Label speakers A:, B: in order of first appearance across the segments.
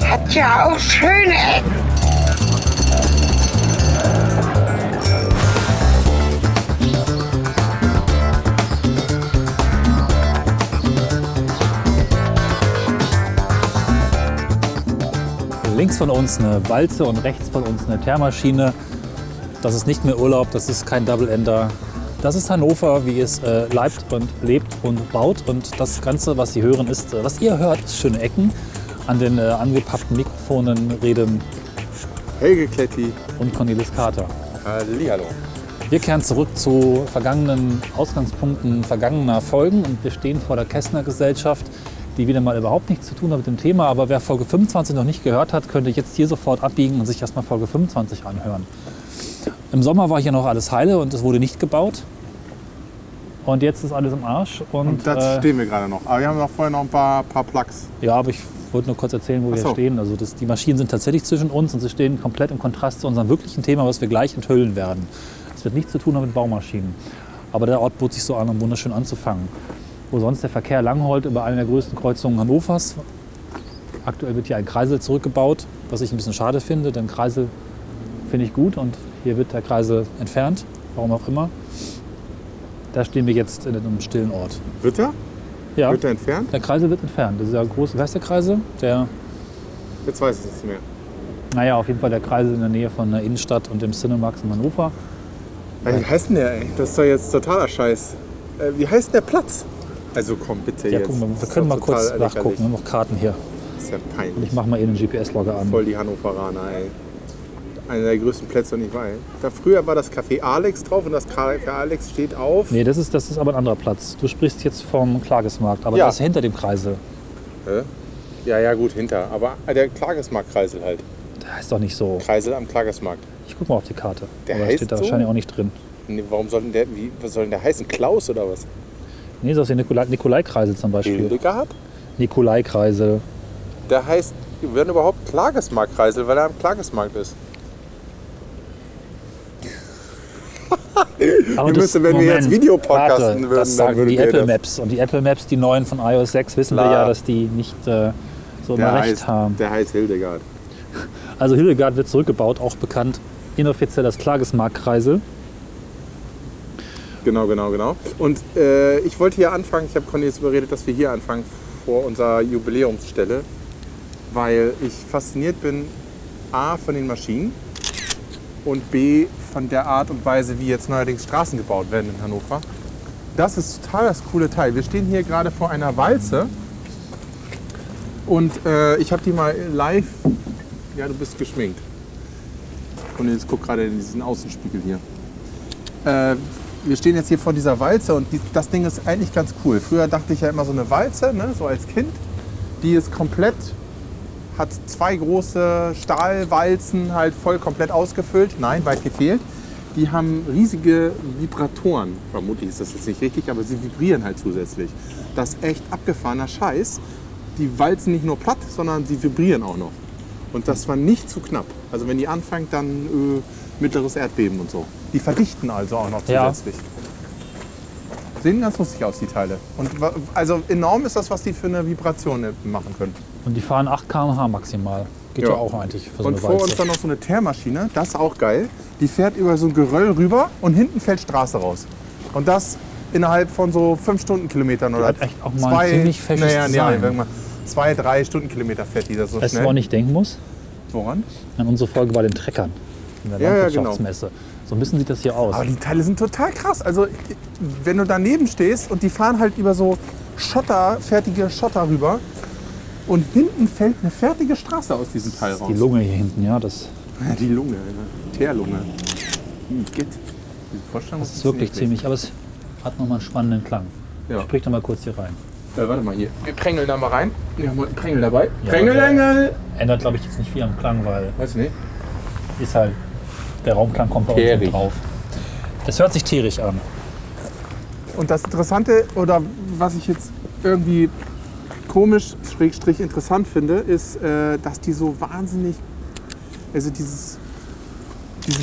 A: gibt ja auch schöne Ecken.
B: Links von uns eine Walze und rechts von uns eine Thermaschine. Das ist nicht mehr Urlaub, das ist kein Double-Ender. Das ist Hannover, wie es äh, leibt und lebt und baut. Und das Ganze, was Sie hören, ist, äh, was ihr hört, ist schöne Ecken. An den äh, angepappten Mikrofonen reden
C: Helge Kletti.
B: und Cornelis Kater.
C: Hallihallo.
B: Wir kehren zurück zu vergangenen Ausgangspunkten vergangener Folgen und wir stehen vor der Kästner Gesellschaft, die wieder mal überhaupt nichts zu tun hat mit dem Thema. Aber wer Folge 25 noch nicht gehört hat, könnte jetzt hier sofort abbiegen und sich erstmal Folge 25 anhören. Im Sommer war hier noch alles heile und es wurde nicht gebaut. Und jetzt ist alles im Arsch. Und,
C: Und das
B: äh,
C: stehen wir gerade noch. Aber wir haben noch vorher noch ein paar, paar Plugs.
B: ja, aber ich wollte nur kurz erzählen, wo
C: Ach
B: wir
C: so.
B: stehen. Also das, die Maschinen sind tatsächlich zwischen uns und sie stehen komplett im Kontrast zu unserem wirklichen Thema, was wir gleich enthüllen werden. Es wird nichts zu tun haben mit Baumaschinen. Aber der Ort bot sich so an, um wunderschön anzufangen. Wo sonst der Verkehr langholt über eine der größten Kreuzungen Hannovers. Aktuell wird hier ein Kreisel zurückgebaut, was ich ein bisschen schade finde, denn Kreisel finde ich gut und hier wird der Kreisel entfernt, warum auch immer. Da stehen wir jetzt in einem stillen Ort.
C: Wird er?
B: Ja,
C: Wird er entfernt?
B: der Kreisel wird entfernt. Das ist ja groß. Wer ist der Kreisel? Der
C: Jetzt weiß ich es nicht mehr.
B: Naja, auf jeden Fall der Kreisel in der Nähe von der Innenstadt und dem Cinemax in Hannover.
C: Ey, wie heißt denn der, ey? Das ist doch jetzt totaler Scheiß. Äh, wie heißt denn der Platz? Also komm, bitte
B: Ja,
C: jetzt.
B: guck mal,
C: Das
B: wir
C: ist
B: können
C: doch
B: mal kurz
C: total
B: nachgucken. Wir
C: lächerlich.
B: haben noch Karten hier.
C: Das ist ja
B: Und
C: peinlich.
B: ich mache mal eben den GPS-Logger an.
C: Voll die Hannoveraner, ey. Einer der größten Plätze und ich weiß. Da früher war das Café Alex drauf und das Café Alex steht auf.
B: Nee, das ist, das ist aber ein anderer Platz. Du sprichst jetzt vom Klagesmarkt, aber
C: Ja.
B: das ist hinter dem Kreisel.
C: Hä? Ja, ja, gut, hinter. Aber äh, der Klagesmarkt-Kreisel halt.
B: Der heißt doch nicht so.
C: Kreisel am Klagesmarkt.
B: Ich guck mal auf die Karte.
C: Der
B: aber das
C: heißt
B: steht da
C: so?
B: wahrscheinlich auch nicht drin.
C: Nee, warum soll denn der, wie, was soll denn der heißen? Klaus oder was?
B: Nee, das ist der Nikolai, Nikolaikreisel zum Beispiel.
C: Hildegard?
B: Nikolaikreisel.
C: Der heißt, wir werden überhaupt Klagesmarktkreisel, weil er am Klagesmarkt ist.
B: Aber
C: Wir
B: das-
C: müssen, wenn wir jetzt Videopodcasten
B: warte,
C: würden,
B: das
C: dann
B: sagen
C: würde
B: die
C: mir
B: Apple
C: das-
B: Maps. Und die Apple Maps, die neuen von iOS 6, wissen wir
C: Klar.
B: ja, dass die nicht äh, so immer recht
C: heißt,
B: haben.
C: der heißt Hildegard.
B: Also Hildegard wird zurückgebaut, auch bekannt inoffiziell als Klagesmarktkreisel.
C: Genau, genau, genau. Und äh, ich wollte hier anfangen, ich habe Cornelis überredet, dass wir hier anfangen, vor unserer Jubiläumsstelle, weil ich fasziniert bin, A, von den Maschinen und B, von der Art und Weise, wie jetzt neuerdings Straßen gebaut werden in Hannover. Das ist total das coole Teil. Wir stehen hier gerade vor einer Walze und äh, ich habe die mal live. Ja, du bist geschminkt. Cornelis guckt gerade in diesen Außenspiegel hier äh, wir stehen jetzt hier vor dieser Walze und die, das Ding ist eigentlich ganz cool. Früher dachte ich ja immer so eine Walze, ne, so als Kind. Die ist komplett, hat zwei große Stahlwalzen halt voll komplett ausgefüllt. Nein, weit gefehlt. Die haben riesige Vibratoren. Vermutlich ist das jetzt nicht richtig, aber sie vibrieren halt zusätzlich. Das ist echt abgefahrener Scheiß. Die walzen nicht nur platt, sondern sie vibrieren auch noch. Und das war nicht zu knapp. Also wenn die anfängt, dann äh, mittleres Erdbeben und so. Die verdichten also auch noch
B: Ja.
C: zusätzlich. Sehen ganz lustig aus, die Teile. Und wa- also enorm ist das, was die für eine Vibration ne, machen können.
B: Und die fahren 8 km/h maximal. Geht ja,
C: Ja.
B: auch eigentlich für so
C: Und
B: eine
C: vor uns
B: Walze.
C: dann noch so eine Teermaschine, das ist auch geil. Die fährt über so ein Geröll rüber und hinten fällt Straße raus. Und das innerhalb von so fünf Stundenkilometern oder
B: hat echt auch mal ein ziemlich fesches
C: naja, naja,
B: Design.
C: sagen wir mal, zwei, drei Stundenkilometer fährt die da so
B: Weißt du,
C: schnell.
B: woran ich denken muss?
C: Woran?
B: An unsere Folge bei den Treckern in der
C: Ja, ja,
B: Landwirtschaftsmesse. So ein bisschen sieht das hier aus.
C: Aber die Teile sind total krass. Also wenn du daneben stehst und die fahren halt über so Schotter, fertige Schotter rüber und hinten fällt eine fertige Straße aus diesem Teil raus.
B: Die Lunge hier hinten, ja, das
C: Ja, die Lunge, ja. Teerlunge. Hm, Geht. Diese Vorstellung
B: ist wirklich ziemlich, aber es hat nochmal einen spannenden Klang.
C: Ja.
B: Sprich doch mal kurz hier rein.
C: Äh, warte mal hier. Wir prängeln da mal rein. Wir haben heute einen Prängel dabei.
B: Ja,
C: Prängelengel!
B: Ändert, glaube ich, jetzt nicht viel am Klang, weil
C: Weiß nicht.
B: ist halt, der Raumklang kommt bei uns
C: Teerig.
B: mit drauf. Es hört sich tierig an.
C: Und das Interessante, oder was ich jetzt irgendwie komisch, schrägstrich interessant finde, ist, äh, dass die so wahnsinnig, also dieses, diese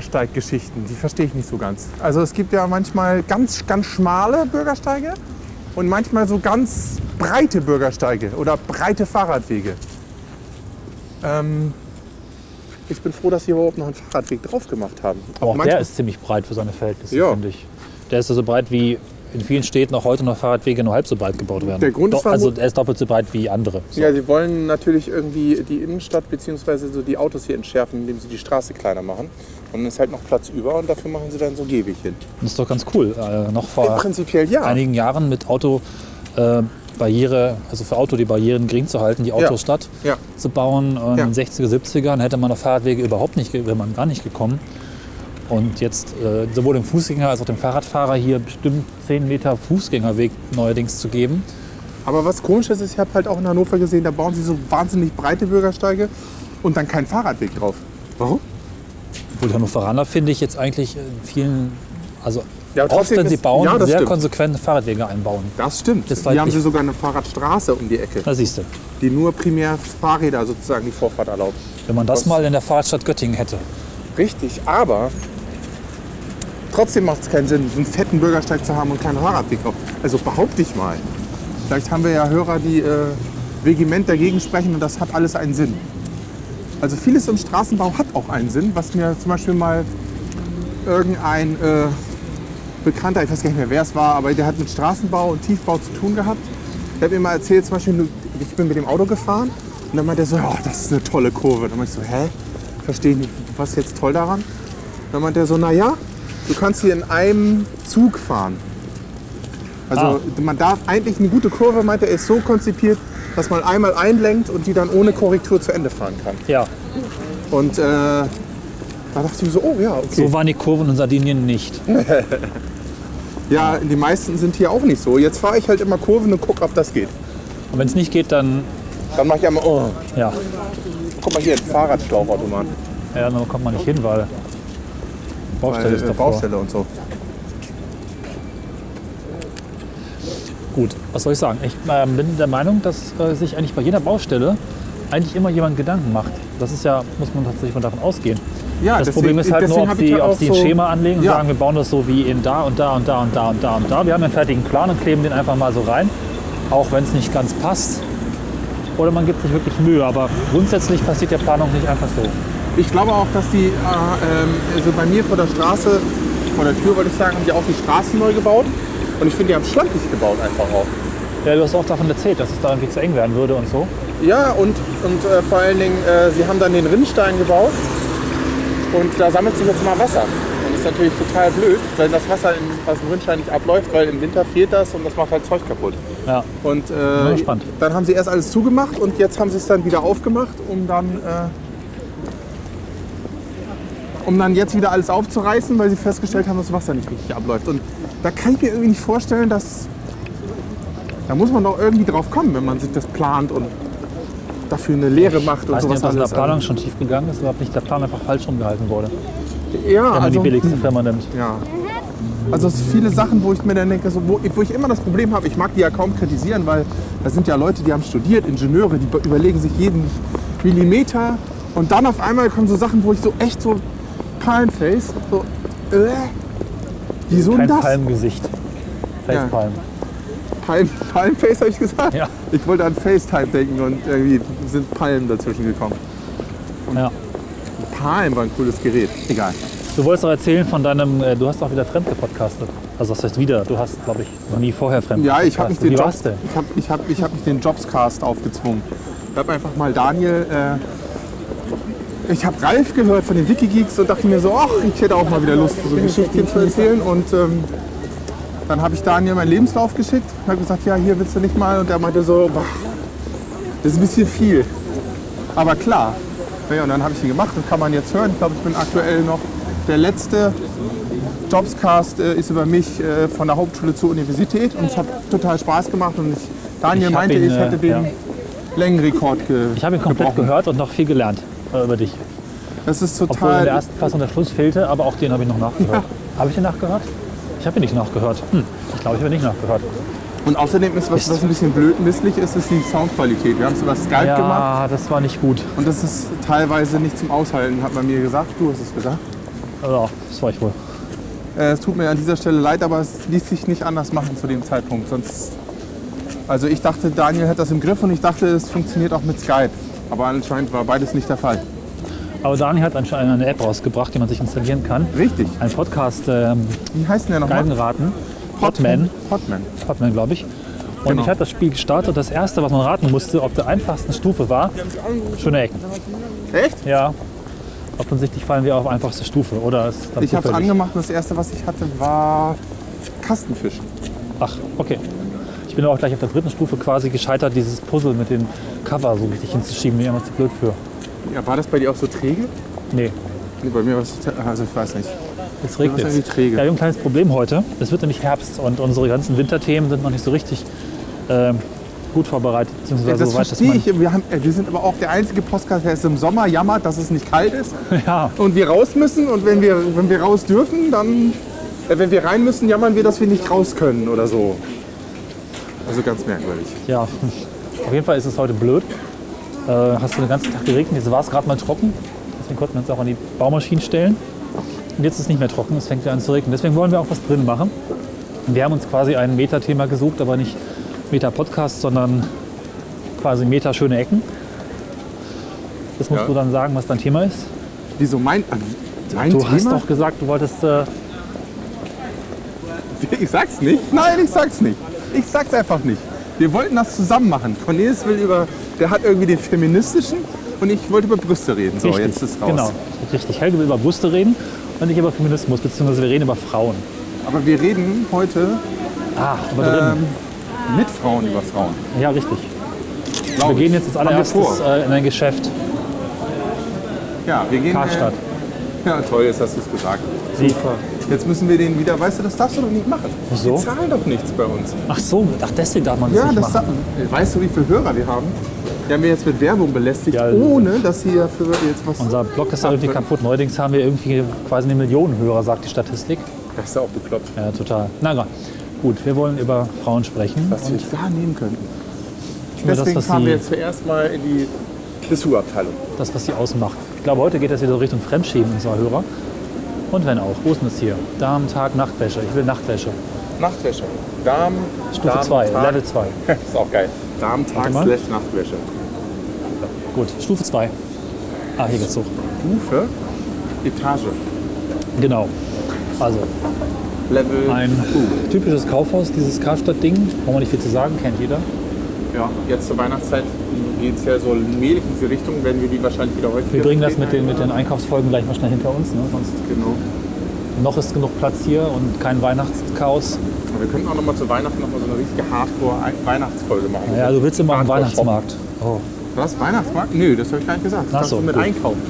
C: Bürgersteiggeschichten, die verstehe ich nicht so ganz. Also es gibt ja manchmal ganz, ganz schmale Bürgersteige und manchmal so ganz breite Bürgersteige oder breite Fahrradwege. Ähm, ich bin froh, dass sie überhaupt noch einen Fahrradweg drauf gemacht haben.
B: Aber auch der
C: manchmal-
B: ist ziemlich breit für seine Verhältnisse,
C: Ja.
B: finde ich. Der ist ja so breit wie in vielen Städten auch heute noch Fahrradwege nur halb so breit gebaut werden.
C: Der Grund ist
B: also
C: vermut-
B: er ist doppelt so breit wie andere. So.
C: Ja, sie wollen natürlich irgendwie die Innenstadt bzw. so die Autos hier entschärfen, indem sie die Straße kleiner machen. Und dann ist halt noch Platz über und dafür machen sie dann so Gehweg hin.
B: Das ist doch ganz cool. Äh, noch
C: Im
B: vor
C: Prinzipiell ja.
B: einigen Jahren mit Auto äh, Barriere, also für Auto die Barrieren gering zu halten, die Autos statt
C: Ja.
B: zu bauen. Und
C: Ja.
B: In den 60er, 70ern hätte man auf Fahrradwege überhaupt nicht, ge- wäre man gar nicht gekommen. Und jetzt äh, sowohl dem Fußgänger als auch dem Fahrradfahrer hier bestimmt 10 Meter Fußgängerweg neuerdings zu geben.
C: Aber was komisch ist, ich habe halt auch in Hannover gesehen, da bauen sie so wahnsinnig breite Bürgersteige und dann kein Fahrradweg drauf. Warum?
B: Gut, Hannoveraner finde ich jetzt eigentlich in vielen, also
C: Ja, aber
B: oft,
C: trotzdem
B: wenn sie
C: ist-
B: bauen,
C: ja, das
B: sehr
C: stimmt.
B: konsequent Fahrradwege einbauen.
C: Das stimmt.
B: Das war
C: Hier haben
B: nicht-
C: sie sogar eine Fahrradstraße um die Ecke,
B: Da siehst du,
C: die nur primär Fahrräder sozusagen die Vorfahrt erlaubt.
B: wenn man das
C: Was-
B: mal in der Fahrradstadt Göttingen hätte.
C: Richtig, aber trotzdem macht es keinen Sinn, so einen fetten Bürgersteig zu haben und keinen Fahrradweg drauf. Also behaupte ich mal. Vielleicht haben wir ja Hörer, die äh, vehement dagegen sprechen und das hat alles einen Sinn. Also vieles im Straßenbau hat auch einen Sinn, was mir zum Beispiel mal irgendein äh, Bekannter, ich weiß gar nicht mehr wer es war, aber der hat mit Straßenbau und Tiefbau zu tun gehabt. Der hat mir mal erzählt, zum Beispiel, ich bin mit dem Auto gefahren und dann meinte er so, oh, das ist eine tolle Kurve. Dann meinte ich so, hä? Verstehe nicht, was ist jetzt toll daran? Dann meinte er so, naja, du kannst hier in einem Zug fahren. Also
B: Ah.
C: man darf eigentlich eine gute Kurve, meinte er, ist so konzipiert, dass man einmal einlenkt und die dann ohne Korrektur zu Ende fahren kann.
B: Ja,
C: Und äh, da dachte ich mir so, oh ja, okay.
B: so waren die Kurven in Sardinien nicht.
C: Ja, die meisten sind hier auch nicht so. Jetzt fahre ich halt immer Kurven und guck, ob das geht.
B: Und wenn es nicht geht, dann,
C: Dann mache ich einmal, oh,
B: ja,
C: guck mal hier, ein Fahrradschlauchautomat.
B: ja dann kommt man nicht hin, weil Baustelle
C: Weil,
B: ist
C: äh,
B: davor.
C: Baustelle und so.
B: Gut, was soll ich sagen? Ich äh, bin der Meinung, dass äh, sich eigentlich bei jeder Baustelle eigentlich immer jemand Gedanken macht. Das ist ja, muss man tatsächlich mal davon ausgehen. das
C: Ja, Ah, deswegen-
B: Problem ist halt
C: deswegen
B: nur, ob
C: hab ich
B: sie,
C: ja
B: ob
C: auch
B: sie ein
C: so-
B: Schema anlegen und
C: Ja.
B: sagen, wir bauen das so wie in da und da und da und da und da und da. Wir haben einen fertigen Plan und kleben den einfach mal so rein, auch wenn es nicht ganz passt. Oder man gibt sich wirklich Mühe, aber grundsätzlich passiert der Planung nicht einfach so.
C: Ich glaube auch, dass die, äh, ähm, also bei mir vor der Straße, vor der Tür wollte ich sagen, haben die auch die Straßen neu gebaut. Und ich finde, die haben schlampig gebaut einfach auch.
B: Ja, du hast auch davon erzählt, dass es da irgendwie zu eng werden würde und so.
C: Ja, und, und äh, vor allen Dingen, äh, sie haben dann den Rinnstein gebaut. Und da sammelt sich jetzt mal Wasser. Und das ist natürlich total blöd, weil das Wasser in, aus dem Rinnstein nicht abläuft, weil im Winter fehlt das und das macht halt Zeug kaputt.
B: Ja,
C: Und
B: mal
C: äh,
B: gespannt.
C: dann haben sie erst alles zugemacht und jetzt haben sie es dann wieder aufgemacht, um dann, äh, um dann jetzt wieder alles aufzureißen, weil sie festgestellt haben, dass das Wasser nicht richtig abläuft. Und da kann ich mir irgendwie nicht vorstellen, dass da muss man doch irgendwie drauf kommen, wenn man sich das plant und dafür eine Lehre macht und
B: weiß nicht,
C: sowas
B: ob das in der
C: alles.
B: Planung schon schief gegangen ist oder ob nicht der Plan einfach falsch rumgehalten wurde. Wenn
C: ja,
B: man die
C: also,
B: billigste Firma nimmt.
C: ja. Also es sind viele Sachen, wo ich mir dann denke, so, wo, wo ich immer das Problem habe, ich mag die ja kaum kritisieren, weil da sind ja Leute, die haben studiert, Ingenieure, die be- überlegen sich jeden Millimeter und dann auf einmal kommen so Sachen, wo ich so echt so Palmface, so, äh, wieso
B: Kein
C: das?
B: Palmgesicht.
C: Ja.
B: Facepalm.
C: Palm, Palmface habe ich gesagt?
B: Ja.
C: Ich wollte an FaceTime denken und irgendwie sind Palmen dazwischen gekommen.
B: Ja.
C: Palm war ein cooles Gerät, egal.
B: Du wolltest doch erzählen von deinem, äh, du hast auch wieder fremd gepodcastet. Also das heißt wieder, du hast, glaube ich, noch nie vorher fremd
C: Ja, ich habe mich den
B: Wie
C: Jobs,
B: war's denn?
C: ich hab, ich hab, ich hab mich den Jobscast aufgezwungen. Ich habe einfach mal Daniel, äh, ich habe Ralf gehört von den Wikigeeks und dachte mir so, ach, ich hätte auch mal wieder Lust, so Geschichten zu erzählen. Und ähm, dann habe ich Daniel meinen Lebenslauf geschickt und habe gesagt, ja, hier willst du nicht mal. Und er meinte so, boah, das ist ein bisschen viel. Aber klar. Ja, und dann habe ich ihn gemacht und kann man jetzt hören. Ich glaube, ich bin aktuell noch der letzte Jobscast äh, ist über mich äh, von der Hauptschule zur Universität und es hat total Spaß gemacht und ich, Daniel
B: Ich hab
C: meinte,
B: ihn,
C: ich hätte
B: äh,
C: den
B: ja.
C: Längenrekord ge
B: Ich habe ihn komplett
C: gebrochen.
B: gehört und noch viel gelernt äh, über dich.
C: Das ist
B: Obwohl in der
C: total.
B: ersten Fassung der Schluss fehlte, aber auch den habe ich noch nachgehört. Habe ich den nachgehört? Ich habe ihn nicht nachgehört. Hm, ich glaube, ich habe ihn nicht nachgehört.
C: Und außerdem ist was, was ein bisschen blöd misslich ist, ist die Soundqualität. Wir haben es über Skype
B: ja,
C: gemacht
B: das war nicht gut.
C: und das ist teilweise nicht zum Aushalten, hat man mir gesagt. Du hast es gesagt.
B: Ja, das war ich wohl.
C: Äh, es tut mir an dieser Stelle leid, aber es ließ sich nicht anders machen zu dem Zeitpunkt. Sonst Also ich dachte, Daniel hat das im Griff und ich dachte, es funktioniert auch mit Skype. Aber anscheinend war beides nicht der Fall.
B: Aber Dani hat anscheinend eine App rausgebracht, die man sich installieren kann.
C: Richtig.
B: Ein Podcast, ähm,
C: Wie heißt denn der nochmal?
B: Geigenraten. Hotman.
C: Hotman.
B: Hotman, glaube ich. Und
C: Genau.
B: ich hatte das Spiel gestartet. Das erste, was man raten musste, auf der einfachsten Stufe war, schöne Ecken.
C: Echt?
B: Ja. Offensichtlich fallen wir auf einfachste Stufe. Oder es ist dann
C: Ich habe es
B: zufällig.
C: angemacht und das erste, was ich hatte, war Kastenfisch.
B: Ach, okay. Ich bin auch gleich auf der dritten Stufe quasi gescheitert, dieses Puzzle mit dem Cover so richtig hinzuschieben. Bin ich immer zu blöd für.
C: Ja, war das bei dir auch so träge?
B: Nee,
C: Nee, bei mir war es total- also ich weiß nicht.
B: jetzt regnet
C: Ja, was
B: es.
C: sind die
B: Ja,
C: Träger?
B: wir haben ein kleines Problem heute. Es wird nämlich Herbst und unsere ganzen Winterthemen sind noch nicht so richtig ähm, gut vorbereitet. Beziehungsweise
C: das
B: so weit, dass
C: verstehe
B: man,
C: ich. Wir, haben, äh, wir sind aber auch der einzige Podcast, der es im Sommer jammert, dass es nicht kalt ist
B: Ja,
C: und wir raus müssen. Und wenn wir, wenn wir raus dürfen, dann, äh, wenn wir rein müssen, jammern wir, dass wir nicht raus können oder so. Also ganz merkwürdig.
B: ja. Auf jeden Fall ist es heute blöd. Äh, hast du den ganzen Tag geregnet. Jetzt war es gerade mal trocken. Deswegen konnten wir uns auch an die Baumaschinen stellen. Und jetzt ist es nicht mehr trocken. Es fängt wieder an zu regnen. Deswegen wollen wir auch was drin machen. Wir haben uns quasi ein Meta-Thema gesucht, aber nicht Meta-Podcast, sondern quasi Meta-schöne Ecken. Das musst
C: Ja.
B: du dann sagen, was dein Thema ist.
C: Wieso mein, äh, mein
B: Du
C: Thema?
B: hast doch gesagt, du wolltest. Äh,
C: Ich sag's nicht. Nein, ich sag's nicht. Ich sag's einfach nicht. Wir wollten das zusammen machen. Cornelis will über, der hat irgendwie den feministischen und ich wollte über Brüste reden. So,
B: richtig,
C: jetzt ist raus.
B: Genau, richtig. Helge will über Brüste reden und ich über Feminismus, beziehungsweise wir reden über Frauen.
C: Aber wir reden heute
B: Ah, aber drin.
C: ähm, mit Frauen über Frauen.
B: Ja, richtig.
C: ähm, glaub
B: Wir
C: ich.
B: gehen jetzt als
C: Haben wir
B: allererstes
C: vor.
B: äh, in ein Geschäft,
C: Ja, wir gehen.
B: Karstadt.
C: Äh, ja, toll, jetzt hast du es gesagt.
B: Super.
C: Jetzt müssen wir den wieder, weißt du, das darfst du doch nicht machen.
B: Wieso?
C: Die zahlen doch nichts bei uns.
B: Ach so, ach deswegen darf man das
C: Ja,
B: nicht
C: das
B: machen.
C: da, weißt du, wie viele Hörer wir haben? Die haben wir jetzt mit Werbung belästigt,
B: Ja,
C: ohne dass hier für jetzt was.
B: Unser Blog ist ja irgendwie kaputt. Neuerdings haben wir irgendwie quasi eine Million Hörer, sagt die Statistik.
C: Das ist ja auch bekloppt.
B: Ja, total. Na egal. gut, wir wollen über Frauen sprechen.
C: was wir da nehmen könnten.
B: Ich finde das,
C: Deswegen
B: was
C: fahren wir
B: sie,
C: jetzt zuerst mal in die Dessous-Abteilung.
B: das, was sie ausmacht. Ich glaube, heute geht das wieder so Richtung Fremdschämen unserer Hörer. Und wenn auch, wo ist denn das hier? Damen, Tag, Nachtwäsche. Ich will Nachtwäsche.
C: Nachtwäsche. Damen,
B: Stufe
C: Damen-
B: 2,
C: Tag-
B: Level 2.
C: ist auch geil. Damentag
B: Warte mal.
C: slash Nachtwäsche.
B: Gut, Stufe 2. Ah, hier geht's hoch.
C: Stufe, Etage.
B: Genau. Also,
C: Level
B: ein typisches Kaufhaus, dieses Karstadt-Ding. Braucht man nicht viel zu sagen, kennt jeder.
C: Ja, jetzt zur Weihnachtszeit geht es ja so mählich in die Richtung, werden wir die wahrscheinlich wieder häufiger
B: Wir bringen das mit den,
C: betreten.
B: mit den Einkaufsfolgen gleich mal schnell hinter uns. Ne? Sonst
C: Genau.
B: noch ist genug Platz hier und kein Weihnachtschaos.
C: Und wir könnten auch nochmal zu Weihnachten nochmal so eine richtige Hardcore-Weihnachtsfolge machen.
B: Ja, du willst immer am
C: Hardcore shoppen.
B: Weihnachtsmarkt. Oh.
C: Was? Weihnachtsmarkt? Nö, das habe ich gar nicht gesagt. Ich
B: Ach
C: dachte,
B: so,
C: mit
B: gut.
C: einkaufen.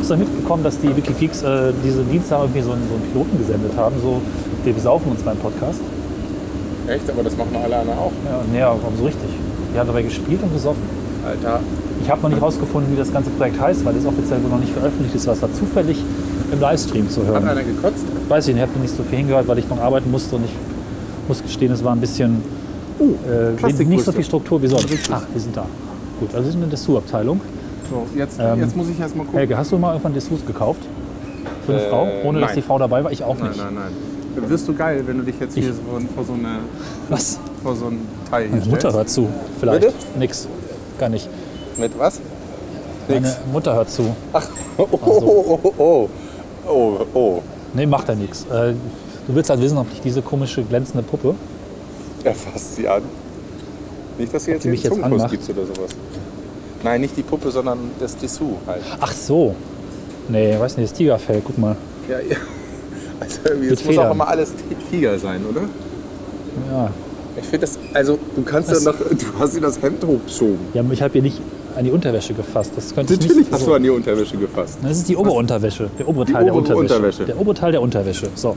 B: Hast du mitbekommen, dass die Wikigeeks äh, diese Dienstag irgendwie so einen, so einen Piloten gesendet haben? So, wir besaufen uns beim Podcast.
C: Echt? Aber das machen alle anderen auch.
B: Ja, naja, warum so richtig? Die haben dabei gespielt und gesoffen.
C: Alter,
B: Ich habe noch nicht rausgefunden, wie das ganze Projekt heißt, weil das offiziell wohl noch nicht veröffentlicht ist. Was war zufällig im Livestream zu
C: hat
B: hören?
C: einer gekotzt?
B: Weiß ich nicht, habe nicht so viel hingehört, weil ich noch arbeiten musste und ich muss gestehen, es war ein bisschen äh,
C: Plastikbrüste.
B: nicht so viel Struktur wie sonst. Ah, wir sind da. Gut, also wir sind in der Dessous-Abteilung.
C: So, jetzt,
B: Ähm,
C: jetzt muss ich erstmal gucken.
B: Helge, hast du mal irgendwann Dessous gekauft? Für eine
C: Äh,
B: Frau? Ohne dass
C: nein.
B: die Frau dabei war? Ich auch
C: Nein,
B: nicht.
C: nein, nein. Dann wirst du geil, wenn du dich jetzt hier so vor, so eine,
B: Was?
C: vor so einen Teil hier
B: Meine Mutter
C: stellst.
B: hört zu. Vielleicht.
C: Bitte?
B: Nix. Gar nicht.
C: Mit was?
B: Meine Mutter hört zu.
C: Ach, oh, oh, oh, oh, oh, oh.
B: Nee, macht er nichts. Äh, du willst halt wissen, ob ich diese komische glänzende Puppe.
C: Er fasst sie an. Nicht, dass sie jetzt
B: die
C: hier einen
B: mich jetzt
C: Zungenkuss
B: anmacht?
C: gibt oder sowas. Nein, nicht die Puppe, sondern das Dessous halt.
B: Ach so. Nee, weiß nicht, das Tigerfell. Guck mal.
C: Ja, ja. Also irgendwie,
B: Mit
C: es muss auch
B: Federn.
C: immer alles Ti- Tiger sein, oder?
B: Ja.
C: Ich finde das, also du kannst ja noch, du hast ihm das Hemd hochgeschoben.
B: ja ich habe ihr nicht an die Unterwäsche gefasst. Das könnte ich
C: Natürlich
B: nicht.
C: hast du an die Unterwäsche gefasst.
B: das ist die Oberunterwäsche. Der obere
C: Die
B: Teil der
C: obere
B: Unterwäsche.
C: Unterwäsche.
B: Der obere Teil der Unterwäsche. So.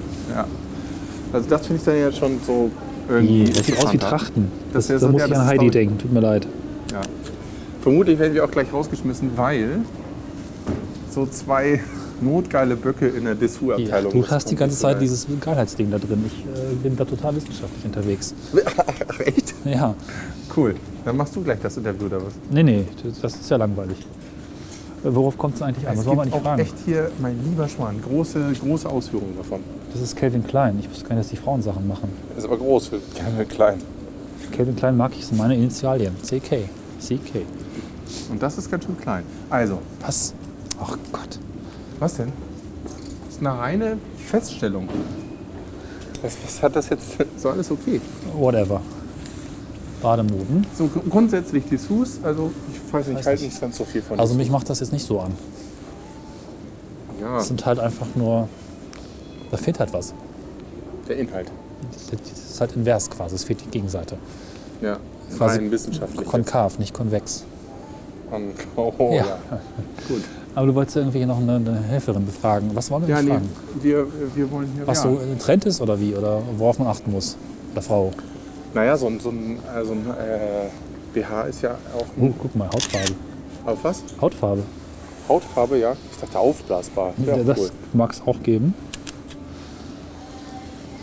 C: Also das finde ich dann ja schon so
B: Die,
C: irgendwie.
B: das sieht aus wie
C: interessanter.
B: Trachten.
C: Das
B: Das,
C: wär
B: da
C: so
B: muss
C: der-
B: ich
C: das
B: an
C: ist,
B: Heidi
C: glaub ich-
B: denken. Tut mir leid.
C: Ja. Vermutlich werden wir auch gleich rausgeschmissen, weil so zwei notgeile Böcke in der Dessous-Abteilung.
B: Du
C: das
B: hast die
C: kommt
B: ganze
C: nicht so
B: Zeit dieses Geilheitsding da drin. Ich äh, bin da total wissenschaftlich unterwegs.
C: geil. Ach, echt?
B: Ja.
C: Cool. Dann machst du gleich das Interview oder was?
B: Nee, nee, das- das ist ja langweilig. Äh, Worauf kommt es eigentlich an? Was
C: es
B: soll
C: gibt
B: man
C: auch
B: eigentlich fragen?
C: echt hier, mein lieber Schwan, große, große Ausführungen davon.
B: Das ist Calvin Klein. Ich wusste gar nicht, dass die Frauen Sachen machen.
D: Ist aber groß, für klein.
B: Calvin Klein mag ich, sind meine Initialien. CK. CK.
C: Und das ist ganz schön klein. Also,
B: Was? Ach Gott.
C: was denn? Das ist eine reine Feststellung. Was, was hat das jetzt? So alles okay.
B: Whatever. Bademoden.
C: So gr- grundsätzlich Dessous, also ich weiß nicht, ich
B: Weiß
C: halte
B: nicht.
C: nicht ganz so viel von
B: Also mich macht das jetzt nicht so an.
C: Dessous. ja,
B: Es sind halt einfach nur. Da fehlt halt was.
C: der Inhalt.
B: Das ist halt invers quasi. Es fehlt die Gegenseite.
C: Ja,
B: Quasi
C: rein wissenschaftlich.
B: Konkav, nicht konvex.
C: Kon- oh, ja. Gut.
B: Aber du wolltest ja irgendwie hier noch eine, eine Helferin befragen. Was wollen wir
C: Ja,
B: denn
C: nee,
B: fragen?
C: wir, wir wollen hier.
B: Was
C: ja.
B: so ein Trend ist oder wie? Oder worauf man achten muss? Oder Frau.
C: Naja, so ein, so ein, äh, so ein äh, BH ist ja auch.
B: Oh, guck mal, Hautfarbe.
C: Auf was?
B: Hautfarbe.
C: Hautfarbe, ja. Ich dachte aufblasbar. Ja,
B: das
C: cool.
B: mag es auch geben.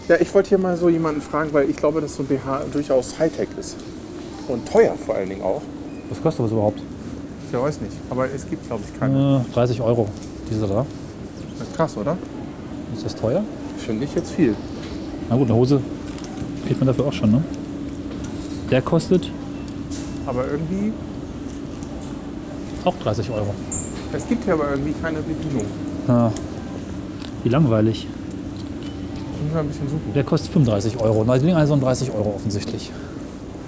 C: ja, ich wollte hier mal so jemanden fragen, weil ich glaube, dass so ein BH durchaus Hightech ist. Und teuer vor allen Dingen auch.
B: Was kostet das überhaupt?
C: Ich weiß nicht, aber es gibt, glaube ich, keine.
B: Äh, 30 Euro, diese da.
C: Krass, oder?
B: Ist das teuer?
C: Finde ich jetzt viel.
B: Na gut, eine Hose kriegt man dafür auch schon, ne? Der kostet
C: Aber irgendwie,
B: auch 30 Euro.
C: es gibt hier aber irgendwie keine Bedienung.
B: Na, wie langweilig.
C: Müssen wir ein bisschen suchen.
B: Der kostet 35 Euro. Na, die liegen also um 30 Euro offensichtlich.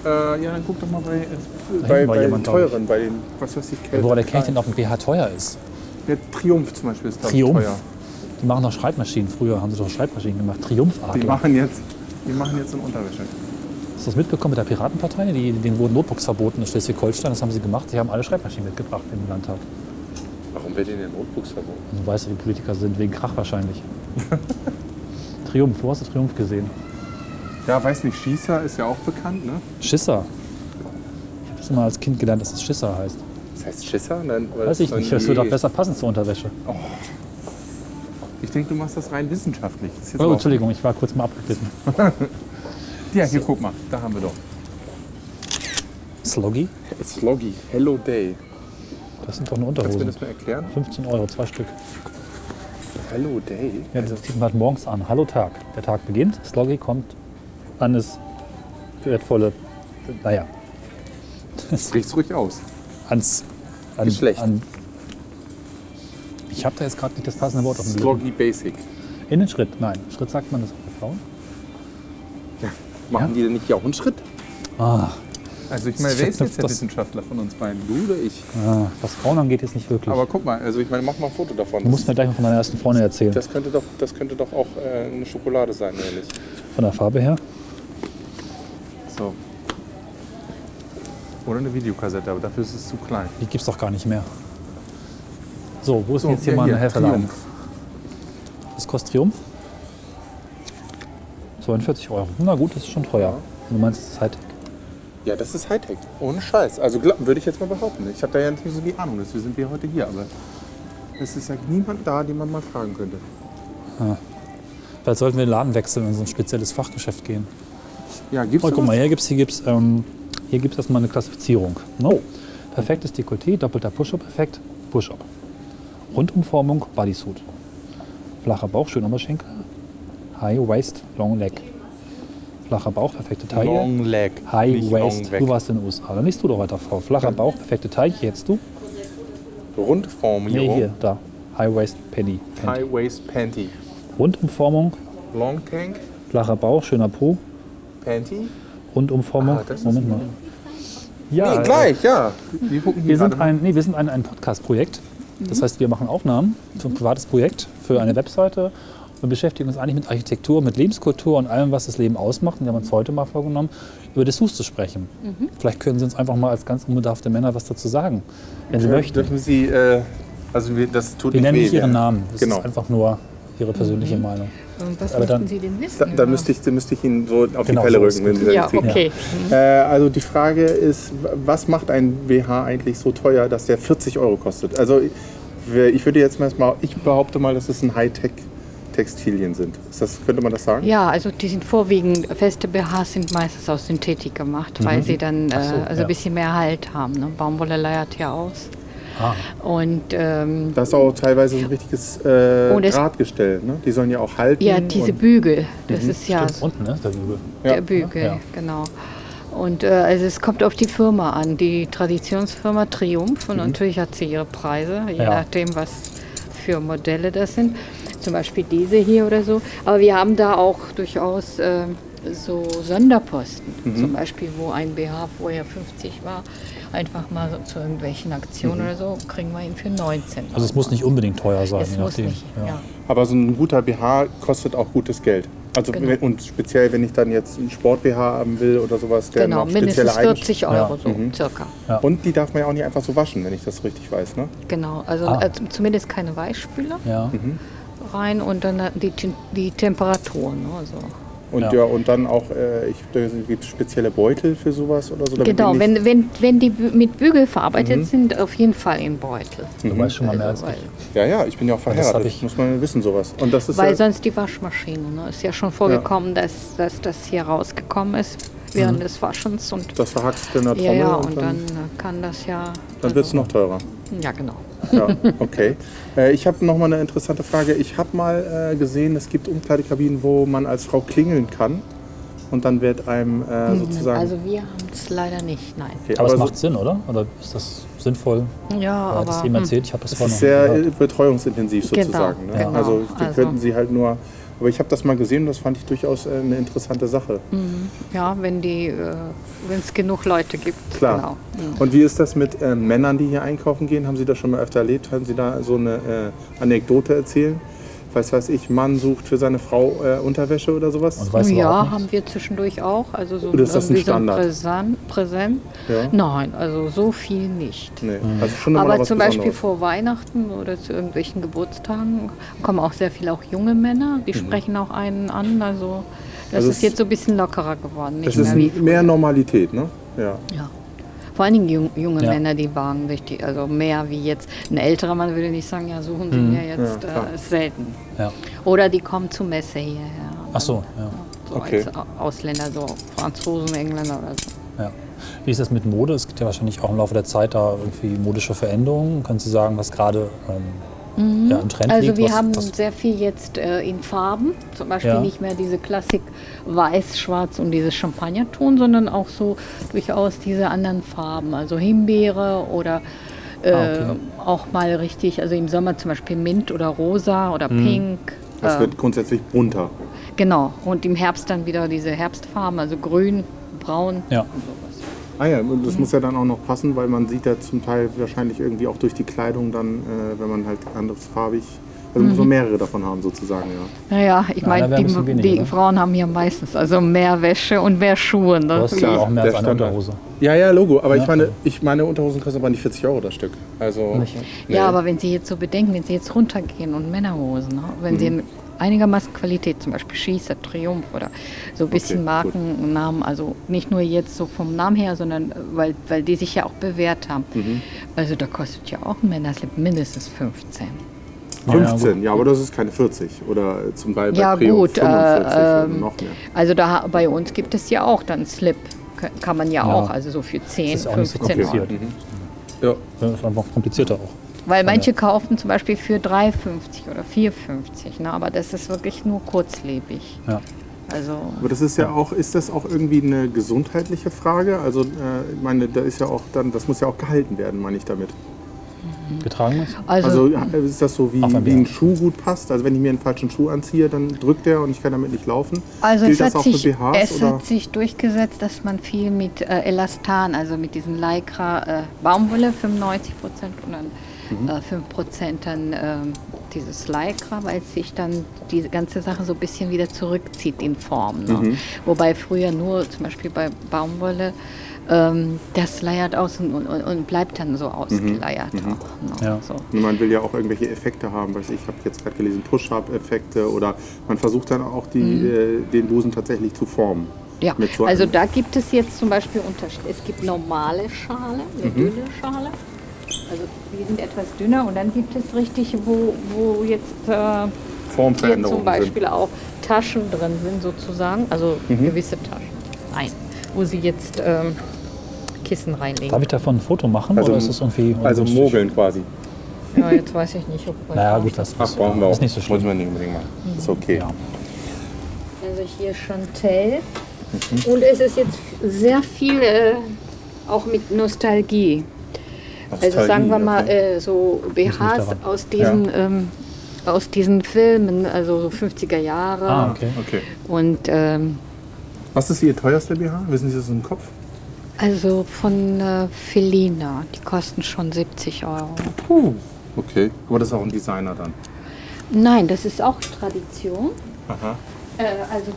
C: Äh, ja, dann guck doch mal bei, äh, bei,
B: hinten war
C: bei den
B: jemand, glaub ich.
C: teuren, bei den, was weiß ich,
B: Ja,
C: Kälte.
B: Woran erkenne ich denn, ob ein BH teuer ist?
C: Der Triumph zum Beispiel ist, glaube ich,
B: Triumph?
C: teuer.
B: Die machen doch Schreibmaschinen. Früher haben sie doch Schreibmaschinen gemacht.
C: Die
B: Triumph-Adler.
C: machen jetzt, die machen jetzt eine Unterwäsche.
B: Hast du das mitbekommen mit der Piratenpartei? Die, denen wurden Notebooks verboten in Schleswig-Holstein. Das haben sie gemacht. Sie haben alle Schreibmaschinen mitgebracht im Landtag.
C: Warum wird denn der Notebooks verboten?
B: Und Du weißt ja, wie Politiker sind. Wegen Krach wahrscheinlich. Triumph. Wo hast du Triumph gesehen?
C: Ja, weiß nicht, Schießer ist ja auch bekannt, ne?
B: Schisser. Ich habe das immer als Kind gelernt, dass es Schisser heißt.
C: Das heißt Schisser? Nein,
B: Weiß ich nicht. Das
C: wird
B: würde auch besser passen zur Unterwäsche.
C: Ich denke, du machst das rein wissenschaftlich. Das ist jetzt
B: Oh,
C: aber-
B: Entschuldigung, ich war kurz mal abgeglitten.
C: Ja, hier guck mal, da haben wir doch.
B: Sloggy?
C: Sloggy, Hello Day.
B: Das sind doch nur
C: Kannst du mir
B: Unterhosen.
C: das mal erklären?
B: 15 Euro, zwei Stück.
C: Hello Day?
B: Ja, das zieht man halt morgens an. Hallo Tag. Der Tag beginnt, Sloggy kommt, dann ist wertvolle, naja,
C: Riech's ruhig aus.
B: ans an,
C: Geschlecht.
B: An, ich habe da jetzt gerade nicht das passende Wort auf dem Lippen.
C: Sloggy Basic.
B: In den Schritt, nein. Schritt sagt man das bei Frauen.
C: Machen die denn nicht ja auch einen Schritt?
B: Ah,
C: Also ich
B: Das
C: meine, wer ist
B: verknüpft
C: jetzt der
B: das-
C: Wissenschaftler von uns beiden? Du oder ich?
B: ah, was Frauen angeht, jetzt nicht wirklich.
C: Aber guck mal, also ich meine, mach mal ein Foto davon.
B: du musst mir gleich mal von deiner ersten Freundin erzählen.
C: das könnte doch, das könnte doch auch äh, eine Schokolade sein, oder nicht?
B: Von der Farbe her.
C: So. Oder eine Videokassette, aber dafür ist es zu klein.
B: Die gibt's doch gar nicht mehr. So, wo ist
C: So,
B: denn jetzt hier
C: ja,
B: mal
C: hier,
B: eine Helferlein?
C: Triumph.
B: Das kostet Triumph? 42 Euro. Na gut, das ist schon teuer. Du meinst, es ist halt.
C: Ja, das ist Hightech. Ohne Scheiß. Also glaub- würde ich jetzt mal behaupten. Ich habe da ja nicht so die Ahnung, deswegen sind wir heute hier. Aber es ist ja niemand da, den man mal fragen könnte.
B: Vielleicht sollten wir den Laden wechseln und in so ein spezielles Fachgeschäft gehen.
C: Ja, gibt's
B: Oh,
C: sowas?
B: guck mal, hier gibt es hier gibt's, ähm, hier gibt's erstmal eine Klassifizierung. No. Perfektes Dekolleté, doppelter Push-Up-Effekt, Push-Up. Rundumformung, Bodysuit. Flacher Bauch, schön Oberschenkel. High Waist, Long Leg. Flacher Bauch, perfekte Taille.
C: Long Leg.
B: High
C: nicht
B: Waist.
C: Long Leg.
B: Du warst in den USA, dann liest du doch weiter vor. Flacher Bauch, perfekte Taille, jetzt du? Nee,
C: Rundformierung.
B: hier, da. High Waist Penny. Penny.
C: High Waist Panty.
B: Rundumformung,
C: Long Tank
B: flacher Bauch, schöner Po.
C: Panty?
B: Rundumformung.
C: Ah, das ist
B: Moment mal. Ja,
C: nee, gleich, ja. also Wir gucken hier
B: Wir sind
C: gerade-
B: ein, nee, wir sind ein, ein Podcast-Projekt. Das heißt, wir machen Aufnahmen für ein privates Projekt, für eine Webseite und beschäftigen uns eigentlich mit Architektur, mit Lebenskultur und allem, was das Leben ausmacht. Und wir haben uns heute mal vorgenommen, über Dessous zu sprechen.
D: Mhm.
B: Vielleicht können Sie uns einfach mal als ganz unbedarfte Männer was dazu sagen, wenn Sie möchten.
C: Dürfen Sie, äh, also wir, das tut
B: Wir
C: nicht
B: nennen
C: weh.
B: nicht Ihren
C: ja.
B: Namen. Das
C: Genau.
B: ist einfach nur Ihre persönliche
D: Mhm.
B: Meinung.
D: Und was
B: Aber
D: möchten
B: dann-
D: Sie denn wissen?
C: Da, da müsste, ich, da müsste ich Ihnen so auf
B: Genau,
C: die Pelle
B: so ist
C: rücken, wenn Sie
D: überhaupt?
C: das
D: Ja,
C: kriegen.
D: okay.
C: Äh, also die Frage ist, w- was macht ein BH eigentlich so teuer, dass der 40 Euro kostet? Also ich- wir- ich würde jetzt mal, ich behaupte mal, dass es ein Hightech-Textilien sind. Ist das, könnte man das sagen?
D: Ja, also die sind vorwiegend, feste BHs sind meistens aus Synthetik gemacht, weil sie dann äh,
B: Mhm. so, ja.
D: also ein bisschen mehr Halt haben. Ne? Baumwolle leiert ja aus.
B: Ah.
D: Und ähm,
C: Da ist auch teilweise so ein richtiges äh,
D: Und es-
C: Drahtgestell. Ne? Die sollen ja auch halten.
D: Oh, ja, diese
C: und-
B: Mhm,
D: Bügel, das ist ja
B: Stimmt, unten ne, ist der Bügel.
D: der
C: Ja.
D: Bügel,
B: Ja.
D: genau. Und äh, also es kommt auf die Firma an, die Traditionsfirma Triumph. Und natürlich hat sie ihre Preise, je
B: Mhm. Ja.
D: nachdem, was für Modelle das sind. Zum Beispiel diese hier oder so. Aber wir haben da auch durchaus äh, so Sonderposten.
B: Mhm.
D: Zum Beispiel, wo ein BH vorher 50 war, einfach mal so zu irgendwelchen Aktionen oder so, kriegen wir ihn für 19.
B: Mhm. Also es muss nicht unbedingt teuer sein,
D: es
B: je
D: muss
B: nachdem.
D: nicht,
B: Ja.
D: ja.
C: Aber so ein guter BH kostet auch gutes Geld. Also
D: Genau.
C: wenn- und speziell, wenn ich dann jetzt einen Sport-BH haben will oder sowas, der
D: Genau,
C: noch spezielle
D: mindestens
C: Eigenschaften
D: 40 Euro
B: Ja, Mhm.
D: so, circa.
B: Ja.
C: Und die darf man ja auch nicht einfach so waschen, wenn ich das richtig weiß. Ne?
D: Genau, also
B: Ah.
D: äh, zum- zumindest keine Weichspüler
B: Ja.
C: Mhm.
D: rein und dann äh, die, Tin- die Temperatur. Ne, so.
C: Und
B: Ja.
C: ja, und dann auch, äh, ich gibt spezielle Beutel für sowas oder so. damit
D: Genau,
C: die nicht- Mhm.
D: wenn, wenn, wenn die bü- mit Bügel verarbeitet sind, auf jeden Fall in Beutel.
B: Du weißt schon mal mehr als
D: Also,
B: ich.
D: weil,
C: Ja, ja, ich bin ja auch
B: das hab
C: verheiratet.
B: ich-
C: Muss man wissen sowas. Und das ist
D: weil
C: ja,
D: sonst die Waschmaschine. Ne? Ist ja schon vorgekommen, dass, dass das hier rausgekommen ist während des Waschens. Und,
C: das verhackst du in der
D: ja,
C: Mhm. Trommel
D: ja,
C: und, dann,
D: äh, kann das ja. also,
C: dann wird es noch teurer.
D: Ja, genau.
C: Ja, okay. Äh, ich habe noch mal eine interessante Frage. Ich habe mal äh, gesehen, es gibt Umkleidekabinen, wo man als Frau klingeln kann und dann wird einem äh, sozusagen.
D: Also wir haben es leider nicht, nein.
C: okay,
B: Aber es
C: so-
B: macht Sinn, oder? Oder ist das sinnvoll?
D: Ja,
B: Hat das
D: aber. hm.
B: jemand erzählt? Ich habe das
C: es
B: vorhin
C: ist sehr
B: gehört.
C: äh, betreuungsintensiv
D: Genau,
C: sozusagen. Ne?
D: genau.
C: Also die
D: Also-
C: könnten sie halt nur. Aber ich habe das mal gesehen und das fand ich durchaus äh, eine interessante Sache.
D: Mhm, Ja, wenn die, äh, wenn es genug Leute gibt. genau.
C: Klar.
D: Mhm.
C: Und wie ist das mit äh, Männern, die hier einkaufen gehen? Haben Sie das schon mal öfter erlebt? Können Sie da so eine äh, Anekdote erzählen? Was weiß ich, Mann sucht für seine Frau äh, Unterwäsche oder sowas?
B: Und
D: Genau.
B: weißt du
D: Ja,
B: auch nicht?
D: haben wir zwischendurch auch. Also so
C: Oder ist das ein
D: irgendwie so
C: Standard?
D: Präsent, Präsent.
C: Ja.
D: Nein, also so viel nicht.
C: Nee, also schon immer noch
D: Aber
C: was
D: zum Beispiel
C: Besonderes.
D: vor Weihnachten oder zu irgendwelchen Geburtstagen kommen auch sehr viele auch junge Männer, die sprechen auch einen an. Also das
C: Mhm. Also
D: ist
C: es-
D: jetzt so ein bisschen lockerer geworden, nicht
C: Das ist
D: mehr wie
C: ein- mehr Normalität, ne? Ja.
D: ja. Vor allen Dingen jung, junge
B: Ja.
D: Männer, die wagen sich die, also mehr wie jetzt. Ein älterer Mann würde nicht sagen, ja, suchen
B: Mhm.
D: Sie mir jetzt,
C: Ja, klar.
D: äh, ist selten.
B: Ja.
D: Oder die kommen zur Messe hierher.
B: Ach so, ja.
D: So
C: Okay.
D: als Au- Ausländer, so Franzosen, Engländer oder so.
B: Ja. Wie ist das mit Mode? Es gibt ja wahrscheinlich auch im Laufe der Zeit da irgendwie modische Veränderungen. Kannst du sagen, was gerade ähm, ja, im Trend
D: Also
B: liegt?
D: wir
B: was,
D: haben
B: was,
D: sehr viel jetzt äh, in Farben, zum Beispiel
B: Ja.
D: nicht mehr diese Klassik weiß, schwarz und dieses Champagnerton, sondern auch so durchaus diese anderen Farben, also Himbeere oder äh,
B: Ah, okay.
D: auch mal richtig, also im Sommer zum Beispiel Mint oder Rosa oder
B: Mhm.
D: Pink.
C: Es
B: Ah.
D: äh,
C: wird grundsätzlich bunter.
D: genau, und im Herbst dann wieder diese Herbstfarben, also grün, braun.
B: ja.
C: Ah ja, und
D: Mhm.
C: das muss ja dann auch noch passen, weil man sieht ja zum Teil wahrscheinlich irgendwie auch durch die Kleidung dann, äh, wenn man halt anderes farbig, also
D: Mhm.
C: muss man mehrere davon haben sozusagen, ja.
D: Naja,
B: Na,
D: ich
B: da
D: meine,
B: wär ein bisschen
D: die,
B: weniger,
D: die
B: ne?
D: Frauen haben ja meistens also mehr Wäsche und mehr Schuhe. Ne?
B: Du hast ja
C: Klar,
B: auch mehr als
C: der
B: eine
C: Standard.
B: Unterhose.
C: Ja, ja, Logo, aber
B: Ja,
C: ich meine,
B: also.
C: ich meine Unterhosen kosten aber nicht 40 Euro das Stück. Also
B: Nicht?
C: nee.
D: Ja, aber wenn Sie jetzt so bedenken, wenn Sie jetzt runtergehen und Männerhosen, ne? wenn Sie
B: Mhm.
D: in einigermaßen Qualität, zum Beispiel Schießer, Triumph oder so ein bisschen
C: gut.
D: Markennamen, also nicht nur jetzt so vom Namen her, sondern äh, weil, weil die sich ja auch bewährt haben.
B: Mhm.
D: Also da kostet ja auch ein Männerslip mindestens 15.
C: 15, ja, aber das ist keine 40 oder zum Beispiel bei
D: Ja,
C: Preo
D: gut, äh,
C: 45 oder
D: ähm,
C: noch mehr.
D: Also da bei uns gibt es ja auch dann Slip, K- kann man ja,
B: Ja.
D: auch, also so für 10,
B: ist ja auch nicht so
D: 15 Euro.
B: kompliziert.
C: Mhm. Ja.
B: Das ist einfach komplizierter auch.
D: Weil manche kaufen zum Beispiel für 3,50 oder 4,50, ne? aber das ist wirklich nur kurzlebig.
B: Ja.
D: Also
C: Aber das ist ja auch, ist das auch irgendwie eine gesundheitliche Frage? Also äh, ich meine, da ist ja auch dann, das muss ja auch gehalten werden, meine ich damit.
D: Mhm.
B: Getragen ist?
D: Also,
C: Also ha- ist das so, wie,
B: Auf ein
C: wie ein
B: BH.
C: Schuh gut passt? Also wenn ich mir einen falschen Schuh anziehe, dann drückt der und ich kann damit nicht laufen.
D: also
C: Gilt
D: es,
C: das
D: hat
C: auch
D: sich,
C: für BHs
D: es
C: oder?
D: hat sich durchgesetzt, dass man viel mit äh, Elastan, also mit diesen Lycra äh, Baumwolle, 95 Prozent und dann
C: Mhm.
D: äh, 5 Prozent dann ähm, dieses Lycra, weil sich dann die ganze Sache so ein bisschen wieder zurückzieht in Form. Ne?
C: Mhm.
D: Wobei früher nur zum Beispiel bei Baumwolle ähm, das leiert aus und, und, und bleibt dann
C: Mhm.
D: so ausgeleiert. Auch, ne?
B: Ja.
D: so.
C: Und Man will ja auch irgendwelche Effekte haben. Weiß ich ich habe jetzt gerade gelesen, Push-Up-Effekte oder man versucht dann auch die,
B: Mhm.
C: äh, den Busen tatsächlich zu formen.
D: Ja,
C: Mit so
D: also
C: einem-
D: da gibt es jetzt zum Beispiel Unterschiede. Es gibt normale Schale, eine dünne Schale. Also die sind etwas dünner und dann gibt es richtig, wo, wo jetzt äh, hier
C: Formveränderungen
D: zum Beispiel auch Taschen drin sind sozusagen, also gewisse Taschen. Nein, wo sie jetzt ähm, Kissen
B: Darf
D: reinlegen.
B: ich davon ein Foto machen
C: Also-
B: oder ist das irgendwie
C: sind. Also
B: ungünstig?
C: mogeln quasi.
D: Ja, jetzt weiß ich nicht, ob man
B: Naja, gut, das
C: Ach, brauchen wir auch.
B: ist nicht so
C: Muss
B: schlimm.
C: man nicht unbedingt machen.
D: Mhm.
C: Ist okay.
B: Ja.
D: Also hier Chantel. Und es ist jetzt sehr viel äh, auch mit Nostalgie. Also sagen wir mal äh, so BHs
B: daran.
D: aus diesen, ähm, aus diesen Filmen, also so 50er Jahre.
B: Ah, okay.
C: Okay.
D: Und ähm,
C: Was ist Ihr teuerster BH? Wissen Sie das im Kopf?
D: also von äh, Felina, die kosten schon 70 Euro.
C: Puh. Okay. Aber das ist auch ein Designer dann.
D: Nein, das ist auch Tradition.
C: Aha.
D: Äh, also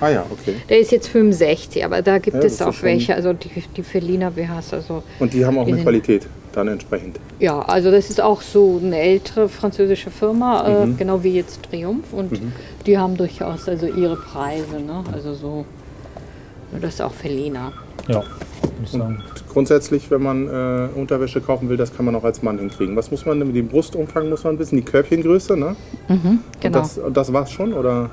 C: Ah ja, okay.
D: der ist jetzt 65, aber da gibt
C: Ja, das
D: es
C: ist ja
D: auch
C: schon-
D: welche, also die, die Felina BHs, also
C: Und die haben auch eine
D: Mhm.
C: Qualität dann entsprechend.
D: Ja, also das ist auch so eine ältere französische Firma, äh, genau wie jetzt Triumph. Und die haben durchaus also ihre Preise, ne? Also so, ja, das ist auch Felina.
B: Ja, würde ich sagen.
C: Grundsätzlich, wenn man äh, Unterwäsche kaufen will, das kann man auch als Mann hinkriegen. Was muss man denn mit dem Brustumfang muss man wissen? Die Körbchengröße, ne?
D: Genau.
C: Und das, und das war's schon, oder?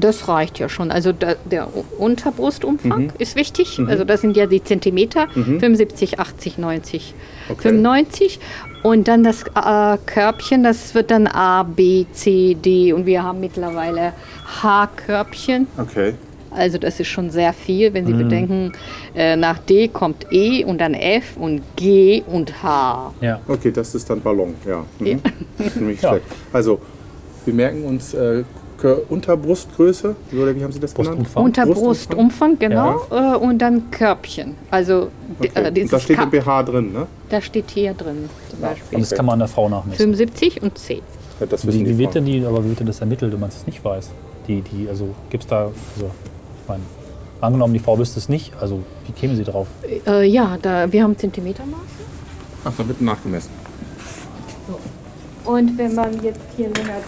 D: Das, reicht ja schon. Also da, der U- Unterbrustumfang ist wichtig. Also das sind ja die Zentimeter, 75, 80, 90, 95. Und dann das äh, Körbchen, das wird dann A, B, C, D. Und wir haben mittlerweile H-Körbchen.
C: Okay.
D: Also das ist schon sehr viel, wenn Sie bedenken, äh, nach D kommt E und dann F und G und H.
B: Ja.
C: Okay, das ist dann Ballon, ja. Mhm.
D: Ja.
C: Das ist nämlich
B: Ja.
C: schlecht. Also, wir merken uns äh, Kör- Unterbrustgröße, oder wie haben Sie das genannt?
B: Brustumfang.
D: Unter
C: Brustumfang?
D: Brustumfang, genau, äh, und dann Körbchen. Also
C: Okay.
D: d- äh,
C: Und
D: dieses
C: da steht im
D: Cup,
C: BH drin, ne?
D: da steht hier drin zum
B: Und
D: Beispiel.
B: das kann man an der Frau nachmessen.
D: 75 und C.
C: Ja, das wissen
B: Wie,
C: die
B: wie wird
C: Frauen.
B: denn die, aber wie wird denn das ermittelt, wenn man es nicht weiß? Die, die, also gibt es da, also, ich meine, angenommen, die Frau wüsste es nicht, also wie käme sie drauf?
D: Äh, ja, da, wir haben Zentimetermaß.
C: Ach, da wird nachgemessen.
D: Und wenn man jetzt hier länger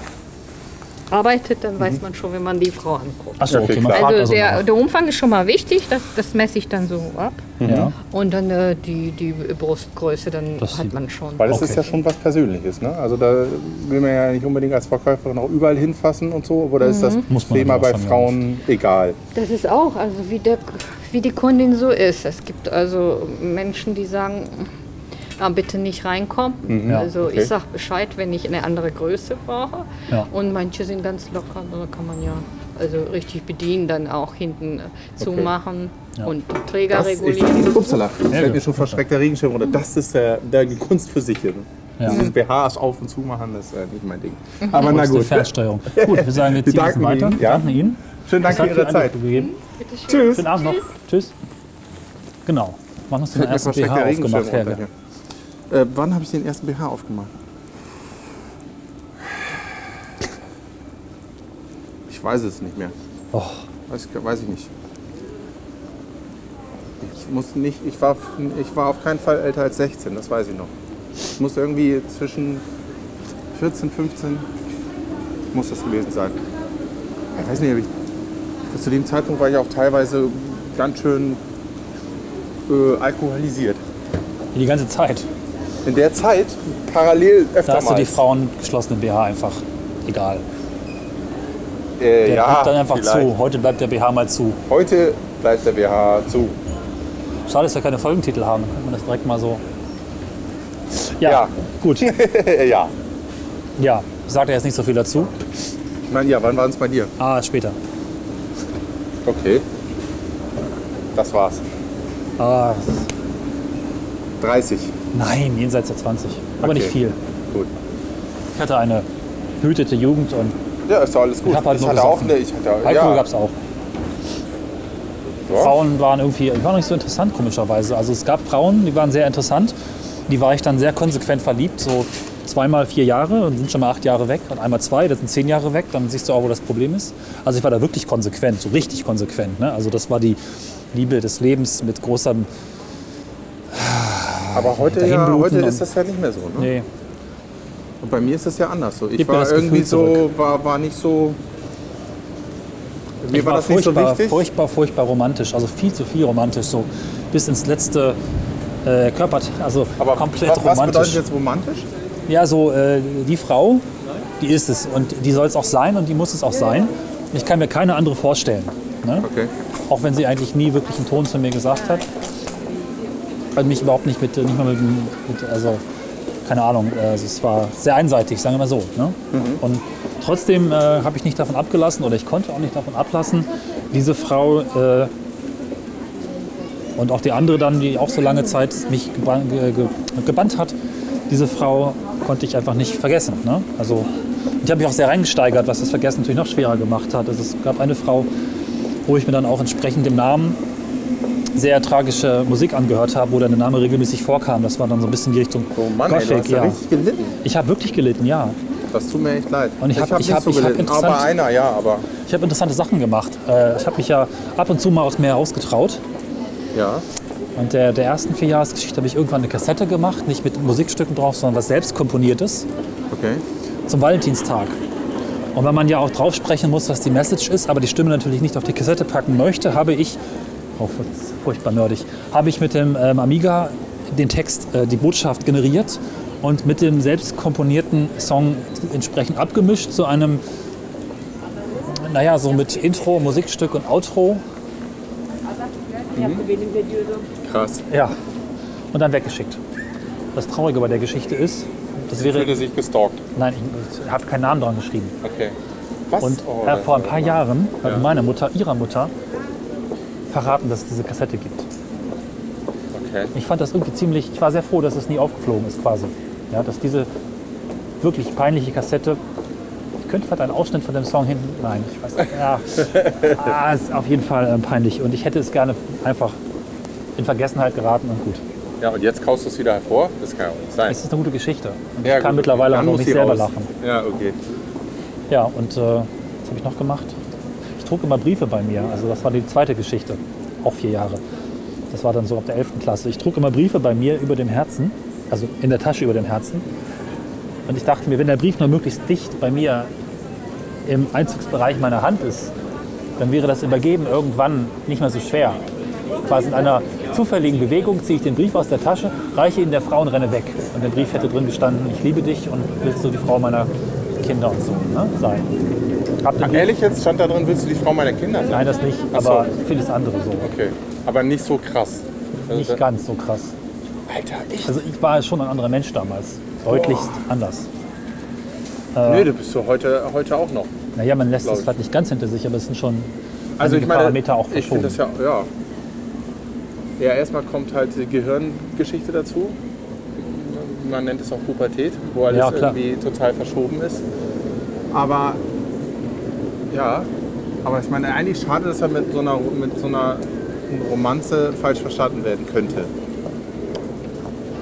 D: arbeitet, dann weiß man schon, wenn man die Frau anguckt.
B: Achso,
C: Okay,
B: okay, man
C: klar.
B: fragt
D: Also
B: also
D: der,
B: nach.
D: der Umfang ist schon mal wichtig, das, das messe ich dann so ab.
B: Ja.
D: Und dann äh, die, die Brustgröße, dann
B: Das
D: hat
B: sieht-
D: man schon.
C: Weil das
B: Okay.
C: ist ja schon was Persönliches, ne? Also da will man ja nicht unbedingt als Verkäuferin auch überall hinfassen und so, aber da ist das
D: Mhm.
B: Muss man
C: Thema
B: aber
C: bei
B: schon, ja.
C: Frauen egal.
D: Das ist auch, also wie, der, wie die Kundin so ist. Es gibt also Menschen, die sagen, ah, bitte nicht reinkommen.
B: Mhm. Ja,
D: also
C: okay.
D: ich sage Bescheid, wenn ich eine andere Größe brauche.
B: Ja.
D: Und manche sind ganz locker, da kann man ja also richtig bedienen, dann auch hinten äh, zumachen und Träger regulieren.
C: ich, upsala, ich
B: Sehr
C: hätte mir
B: gut.
C: schon verschreckt der Regenschirm runter. Das ist äh, der, die Kunst für sich hier. Ne?
B: Ja. Mhm.
C: Dieses BHs auf und zu machen, das ist äh, nicht mein Ding.
B: Das
C: Aber na
B: ist eine
C: gut.
B: Fernsteuerung. Gut, wir sagen, wir
C: Wir
B: ziehen es
C: danken
B: weiter.
C: Ihnen, ja.
B: Danken Ihnen.
C: Schönen Dank
B: Es
C: für
B: hat viel
C: Ihre
B: Eindruck
C: Zeit.
B: Gegeben.
C: Tschüss.
B: Schönen Abend noch. Tschüss. Genau. Machen uns den
C: Fällt mir
B: ersten
C: verschreckt
B: BH
C: der Regenschirm
B: aufgemacht.
C: runter.
B: Helge.
C: hier. Äh, wann habe ich den ersten BH aufgemacht? Ich weiß es nicht mehr.
B: Och,
C: Weiß, ich- weiß ich nicht. Ich muss nicht, ich war, ich war auf keinen Fall älter als 16, das weiß ich noch. Ich muss irgendwie zwischen 14, 15 muss das gewesen sein. Ich weiß nicht, ob ich, zu dem Zeitpunkt war ich auch teilweise ganz schön äh, alkoholisiert.
B: die ganze Zeit.
C: In der Zeit parallel öfter
B: Da hast du
C: mal.
B: die Frauen geschlossenen BH einfach. Egal.
C: äh,
B: Der
C: ja,
B: bleibt dann einfach
C: vielleicht.
B: zu. Heute bleibt der BH mal zu.
C: Heute bleibt der BH zu.
B: Schade, dass wir keine Folgentitel haben. Dann könnte man das direkt mal so. Ja,
C: Ja.
B: gut.
C: Äh, ja.
B: Ja, sagt er jetzt nicht so viel dazu.
C: Ich meine, ja, wann war es bei dir?
B: Ah, später.
C: Okay. Das war's.
B: Ah,
C: 30.
B: nein, jenseits der 20. Aber
C: Okay.
B: nicht viel.
C: Gut.
B: Ich hatte eine behütete Jugend und
C: Ja, ist doch alles gut.
B: Ich hab halt nur
C: hatte auch
B: gesoffen.
C: eine. Ich hatte,
B: Alkohol
C: ja,
B: gab's gab es auch.
C: Ja.
B: Frauen waren irgendwie, die waren nicht so interessant, komischerweise. Also es gab Frauen, die waren sehr interessant. Die war ich dann sehr konsequent verliebt, so zweimal vier Jahre und sind schon mal acht Jahre weg und einmal zwei, das sind zehn Jahre weg, dann siehst du auch, wo das Problem ist. Also ich war da wirklich konsequent, so richtig konsequent. Ne? Also das war die Liebe des Lebens mit großer,
C: Aber heute,
B: dahin
C: ja,
B: bluten
C: heute
B: und-
C: ist das ja nicht mehr so. Ne?
B: nee,
C: Und bei mir ist das ja anders. So. Ich
B: Gib mir
C: war
B: das Gefühl
C: irgendwie so, war, war nicht so. Mir
B: Ich
C: war, das nicht so
B: furchtbar,
C: wichtig.
B: Furchtbar, furchtbar romantisch. Also viel zu viel romantisch. So bis ins letzte äh, Körper. Also
C: Aber
B: komplett
C: was, was bedeutet
B: romantisch.
C: jetzt romantisch?
B: Ja, so äh, die Frau, die ist es. Und die soll es auch sein und die muss es auch sein. Ich kann mir keine andere vorstellen. Ne?
C: Okay.
B: Auch wenn sie eigentlich nie wirklich einen Ton zu mir gesagt hat. Und mich überhaupt nicht mit, äh, nicht mal mit, mit also keine Ahnung, also es war sehr einseitig, sagen wir mal so. Ne? Und trotzdem äh, habe ich nicht davon abgelassen oder ich konnte auch nicht davon ablassen, diese Frau äh, und auch die andere dann, die auch so lange Zeit mich geba- ge- ge- gebannt hat, diese Frau konnte ich einfach nicht vergessen. Ne? Also ich habe mich auch sehr reingesteigert, was das Vergessen natürlich noch schwerer gemacht hat. Also es gab eine Frau, wo ich mir dann auch entsprechend dem Namen sehr tragische Musik angehört habe, wo dann der Name regelmäßig vorkam. Das war dann so ein bisschen die Richtung
C: Oh Mann, ey,
B: Gothic.
C: du hast ja
B: ja.
C: richtig gelitten.
B: Ich habe wirklich gelitten, ja.
C: Das tut mir echt leid.
B: Und ich hab-
C: hab
B: ich
C: nicht
B: hab-
C: so
B: ich hab
C: gelitten,
B: interessant-
C: aber einer, ja, aber
B: Ich habe interessante Sachen gemacht. Äh, Ich habe mich ja ab und zu mal aus mehr rausgetraut.
C: ja.
B: Und der, der ersten vier Jahresgeschichte habe ich irgendwann eine Kassette gemacht, nicht mit Musikstücken drauf, sondern was selbst komponiertes
C: Okay.
B: zum Valentinstag. Und wenn man ja auch drauf sprechen muss, was die Message ist, aber die Stimme natürlich nicht auf die Kassette packen möchte, habe ich, oh, das ist furchtbar nerdig, habe ich mit dem ähm, Amiga den Text, äh, die Botschaft generiert und mit dem selbst komponierten Song entsprechend abgemischt zu einem, naja, so mit Intro, Musikstück und Outro.
C: Krass.
B: Ja. Und dann weggeschickt. Das Traurige bei der Geschichte ist, das wäre,
C: Fühlte sich gestalkt.
B: nein, ich, ich habe keinen Namen dran geschrieben.
C: Okay. Was?
B: Und
C: Oh,
B: äh,
C: das
B: vor ein
C: ist
B: paar
C: aber-
B: Jahren hat
C: Ja.
B: meine Mutter ihrer Mutter verraten, dass es diese Kassette gibt.
C: Okay.
B: Ich fand das irgendwie ziemlich, ich war sehr froh, dass es nie aufgeflogen ist quasi. Ja, dass diese wirklich peinliche Kassette, ich könnte vielleicht einen Ausschnitt von dem Song hinten, nein, ich weiß nicht. Ja, ah, ist auf jeden Fall äh, peinlich und ich hätte es gerne einfach in Vergessenheit geraten und gut.
C: Ja, und jetzt kaust du es wieder hervor? Das kann ja auch nicht sein.
B: Es ist eine gute Geschichte und
C: Ja,
B: ich kann
C: gut,
B: mittlerweile
C: dann
B: auch noch
C: muss
B: nicht
C: sie
B: selber
C: raus.
B: lachen.
C: Ja, okay.
B: Ja, und äh, was habe ich noch gemacht? Ich trug immer Briefe bei mir. Also das war die zweite Geschichte. Auch vier Jahre. Das war dann so ab der 11. Klasse. Ich trug immer Briefe bei mir über dem Herzen, also in der Tasche über dem Herzen. Und ich dachte mir, wenn der Brief nur möglichst dicht bei mir im Einzugsbereich meiner Hand ist, dann wäre das Übergeben irgendwann nicht mehr so schwer. Quasi in einer zufälligen Bewegung ziehe ich den Brief aus der Tasche, reiche ihn der Frau und renne weg. Und der Brief hätte drin gestanden, ich liebe dich und willst du die Frau meiner Kinder und so ne, sein. Hab den Brief,
C: Ehrlich jetzt stand da drin, willst du die Frau meiner Kinder sein?
B: nein, das nicht,
C: Ach so.
B: aber vieles andere so.
C: Okay. Aber nicht so krass. Also,
B: Nicht ganz so krass.
C: Alter, ich.
B: Also ich war schon ein anderer Mensch damals. Deutlichst anders.
C: Nö, du bist so heute, heute auch noch.
B: Naja, man lässt
C: Glaub
B: es
C: ich.
B: vielleicht nicht ganz hinter sich, aber es sind schon
C: Also
B: einige
C: ich meine,
B: Parameter auch
C: ich finde
B: verschoben.
C: das ja, ja. Ja, erstmal kommt halt die Gehirngeschichte dazu. Man nennt es auch Pubertät, wo alles
B: Ja, klar.
C: irgendwie total verschoben ist. Aber ja, aber ich meine, eigentlich schade, dass er mit so einer, mit so einer Romanze falsch verstanden werden könnte.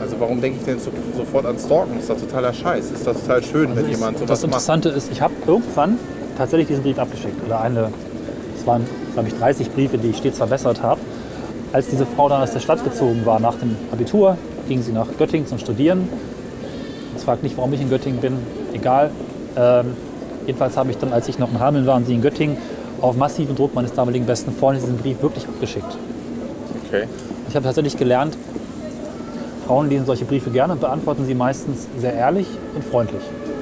C: Also warum denke ich denn so, sofort an Stalken? Ist doch totaler Scheiß. Ist doch total schön, wenn
B: Also
C: jemand
B: ist,
C: sowas
B: das
C: macht.
B: Interessante ist, ich habe irgendwann tatsächlich diesen Brief abgeschickt. Oder eine, es waren, glaube ich, 30 Briefe, die ich stets verbessert habe. Als diese Frau dann aus der Stadt gezogen war nach dem Abitur, ging sie nach Göttingen zum Studieren. Jetzt fragt nicht, warum ich in Göttingen bin, egal. Ähm, jedenfalls habe ich dann, als ich noch in Hameln war und sie in Göttingen, auf massiven Druck meines damaligen besten Freundes diesen Brief wirklich abgeschickt.
C: Okay.
B: Ich habe tatsächlich gelernt, Frauen lesen solche Briefe gerne und beantworten sie meistens sehr ehrlich und freundlich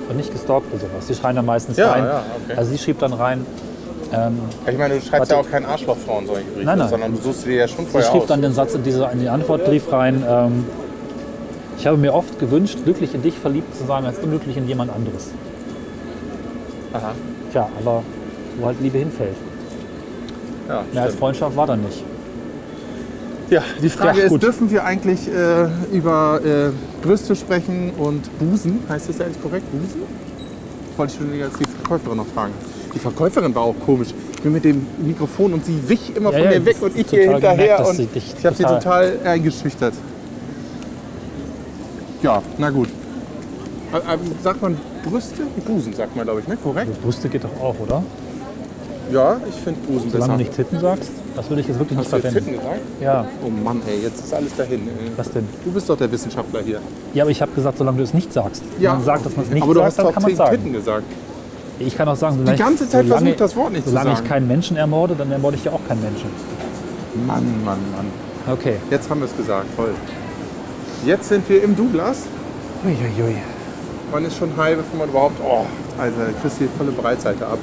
B: und nicht gestalkt oder sowas. Sie schreien dann meistens
C: Ja,
B: rein.
C: ja, okay.
B: Also sie schrieb dann rein,
C: Ich meine, du schreibst
B: Warte.
C: ja auch keinen Arschlochfrauen solche Briefe,
B: Nein, nein.
C: sondern du suchst dir ja schon
B: sie
C: vorher
B: schrieb
C: aus.
B: dann den Satz in, diese, in den Antwortbrief rein, ähm, ich habe mir oft gewünscht, glücklich in dich verliebt zu sein, als unglücklich in jemand anderes.
C: Aha.
B: Tja, aber wo halt Liebe hinfällt.
C: Ja,
B: Mehr als
C: stimmt.
B: Freundschaft war dann nicht.
C: ja, die Frage
B: Ja,
C: ist,
B: gut.
C: dürfen wir eigentlich äh, über äh, Brüste sprechen und Busen? Heißt das eigentlich korrekt, Busen? Wollte ich schon jetzt die Verkäuferin noch fragen. Die Verkäuferin war auch komisch. Ich bin mit dem Mikrofon und sie wich immer
B: Ja,
C: von
B: ja,
C: mir weg
B: das
C: und
B: ist
C: ich hier
B: total
C: hinterher.
B: gemerkt, dass
C: und
B: sie dich
C: ich habe sie
B: total-
C: total eingeschüchtert. Ja, na gut. Ä- ähm, Sagt man Brüste? Busen sagt man, glaube ich, ne? Korrekt?
B: Also Brüste geht doch auch, oder?
C: Ja, ich finde Busen
B: Solange
C: besser.
B: du nicht Titten sagst, das würde ich jetzt wirklich
C: Hast du
B: nicht
C: jetzt
B: verwenden.
C: Titten gesagt?
B: Ja,
C: Oh Mann, ey, jetzt ist alles dahin. ey.
B: was denn?
C: Du bist doch der Wissenschaftler hier.
B: Ja, aber ich habe gesagt, solange du es nicht sagst. Wenn man sagt, dass man es nicht
C: Aber du
B: sagt,
C: hast
B: dann
C: doch
B: kann man es
C: zehn
B: sagen.
C: Titten gesagt.
B: Ich kann auch sagen, solange,
C: Die ganze Zeit
B: ich-
C: versuche ich das Wort nicht zu
B: solange
C: sagen.
B: ich keinen Menschen ermorde, dann ermorde ich ja auch keinen Menschen.
C: Mann, Mann, Mann.
B: Okay.
C: Jetzt haben wir es gesagt, toll. Jetzt sind wir im Douglas.
B: Uiuiui.
C: Man ist schon high, bevor man überhaupt... Oh, also kriegst die volle Breitseite ab.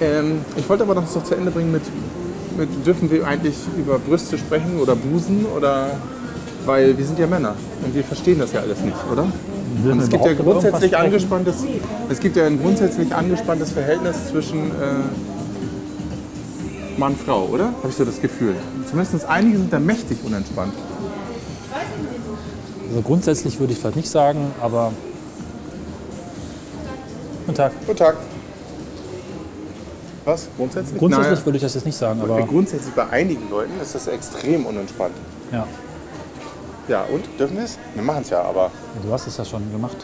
C: Ähm, ich wollte aber noch das noch zu Ende bringen mit, mit... Dürfen wir eigentlich über Brüste sprechen oder Busen oder... Weil wir sind ja Männer und wir verstehen das ja alles nicht, oder?
B: wir
C: Und es gibt ja
B: überhaupt über irgendwas
C: grundsätzlich
B: sprechen?
C: angespanntes, es gibt ja ein grundsätzlich angespanntes Verhältnis zwischen äh, Mann, Frau, oder? Habe ich so das Gefühl. Zumindest einige sind da mächtig unentspannt.
B: Also grundsätzlich würde ich vielleicht nicht sagen, aber. Guten Tag.
C: Guten Tag. Was? Grundsätzlich?
B: Grundsätzlich
C: Nein.
B: würde ich das jetzt nicht sagen,
C: Äh,
B: aber.
C: Grundsätzlich bei einigen Leuten ist das extrem unentspannt.
B: Ja.
C: Ja, und? Dürfen wir es? Wir machen es ja, aber.
B: Du hast es ja schon gemacht.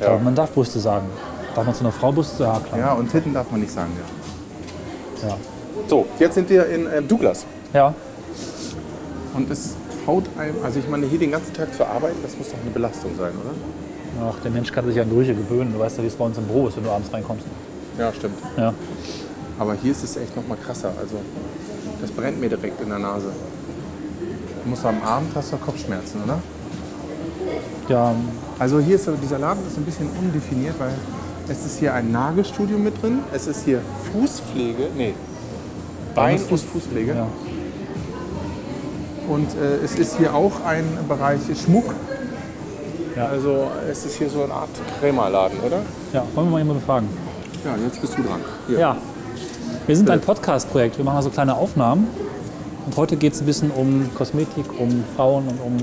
C: Ja.
B: Aber man darf Brüste sagen. Darf man zu einer Frau Brüste sagen? Ja, klar.
C: ja, und Titten darf man nicht sagen, ja.
B: Ja.
C: So, jetzt sind wir in ähm, Douglas.
B: ja.
C: Und es haut einem, also ich meine, hier den ganzen Tag zu arbeiten, das muss doch eine Belastung sein, oder?
B: Ach, der Mensch kann sich an Gerüche gewöhnen. Du weißt ja, wie es bei uns im Büro ist, wenn du abends reinkommst.
C: Ja, stimmt.
B: Ja.
C: Aber hier ist es echt noch mal krasser. Also das brennt mir direkt in der Nase. Du musst am Abend hast du Kopfschmerzen, oder?
B: Ja, ähm,
C: Also hier ist so- dieser Laden ist ein bisschen undefiniert, weil es ist hier ein Nagelstudio mit drin, es ist hier Fußpflege, nee, Bein- und Fußpflege.
B: ja.
C: Und äh, es ist hier auch ein Bereich Schmuck.
B: Ja.
C: Also es ist hier so eine Art Krämerladen, oder?
B: ja. Wollen wir mal jemanden fragen?
C: Ja, jetzt bist du dran. Hier.
B: Ja. Wir sind ein Podcast-Projekt. Wir machen so kleine Aufnahmen. Und heute geht es ein bisschen um Kosmetik, um Frauen und um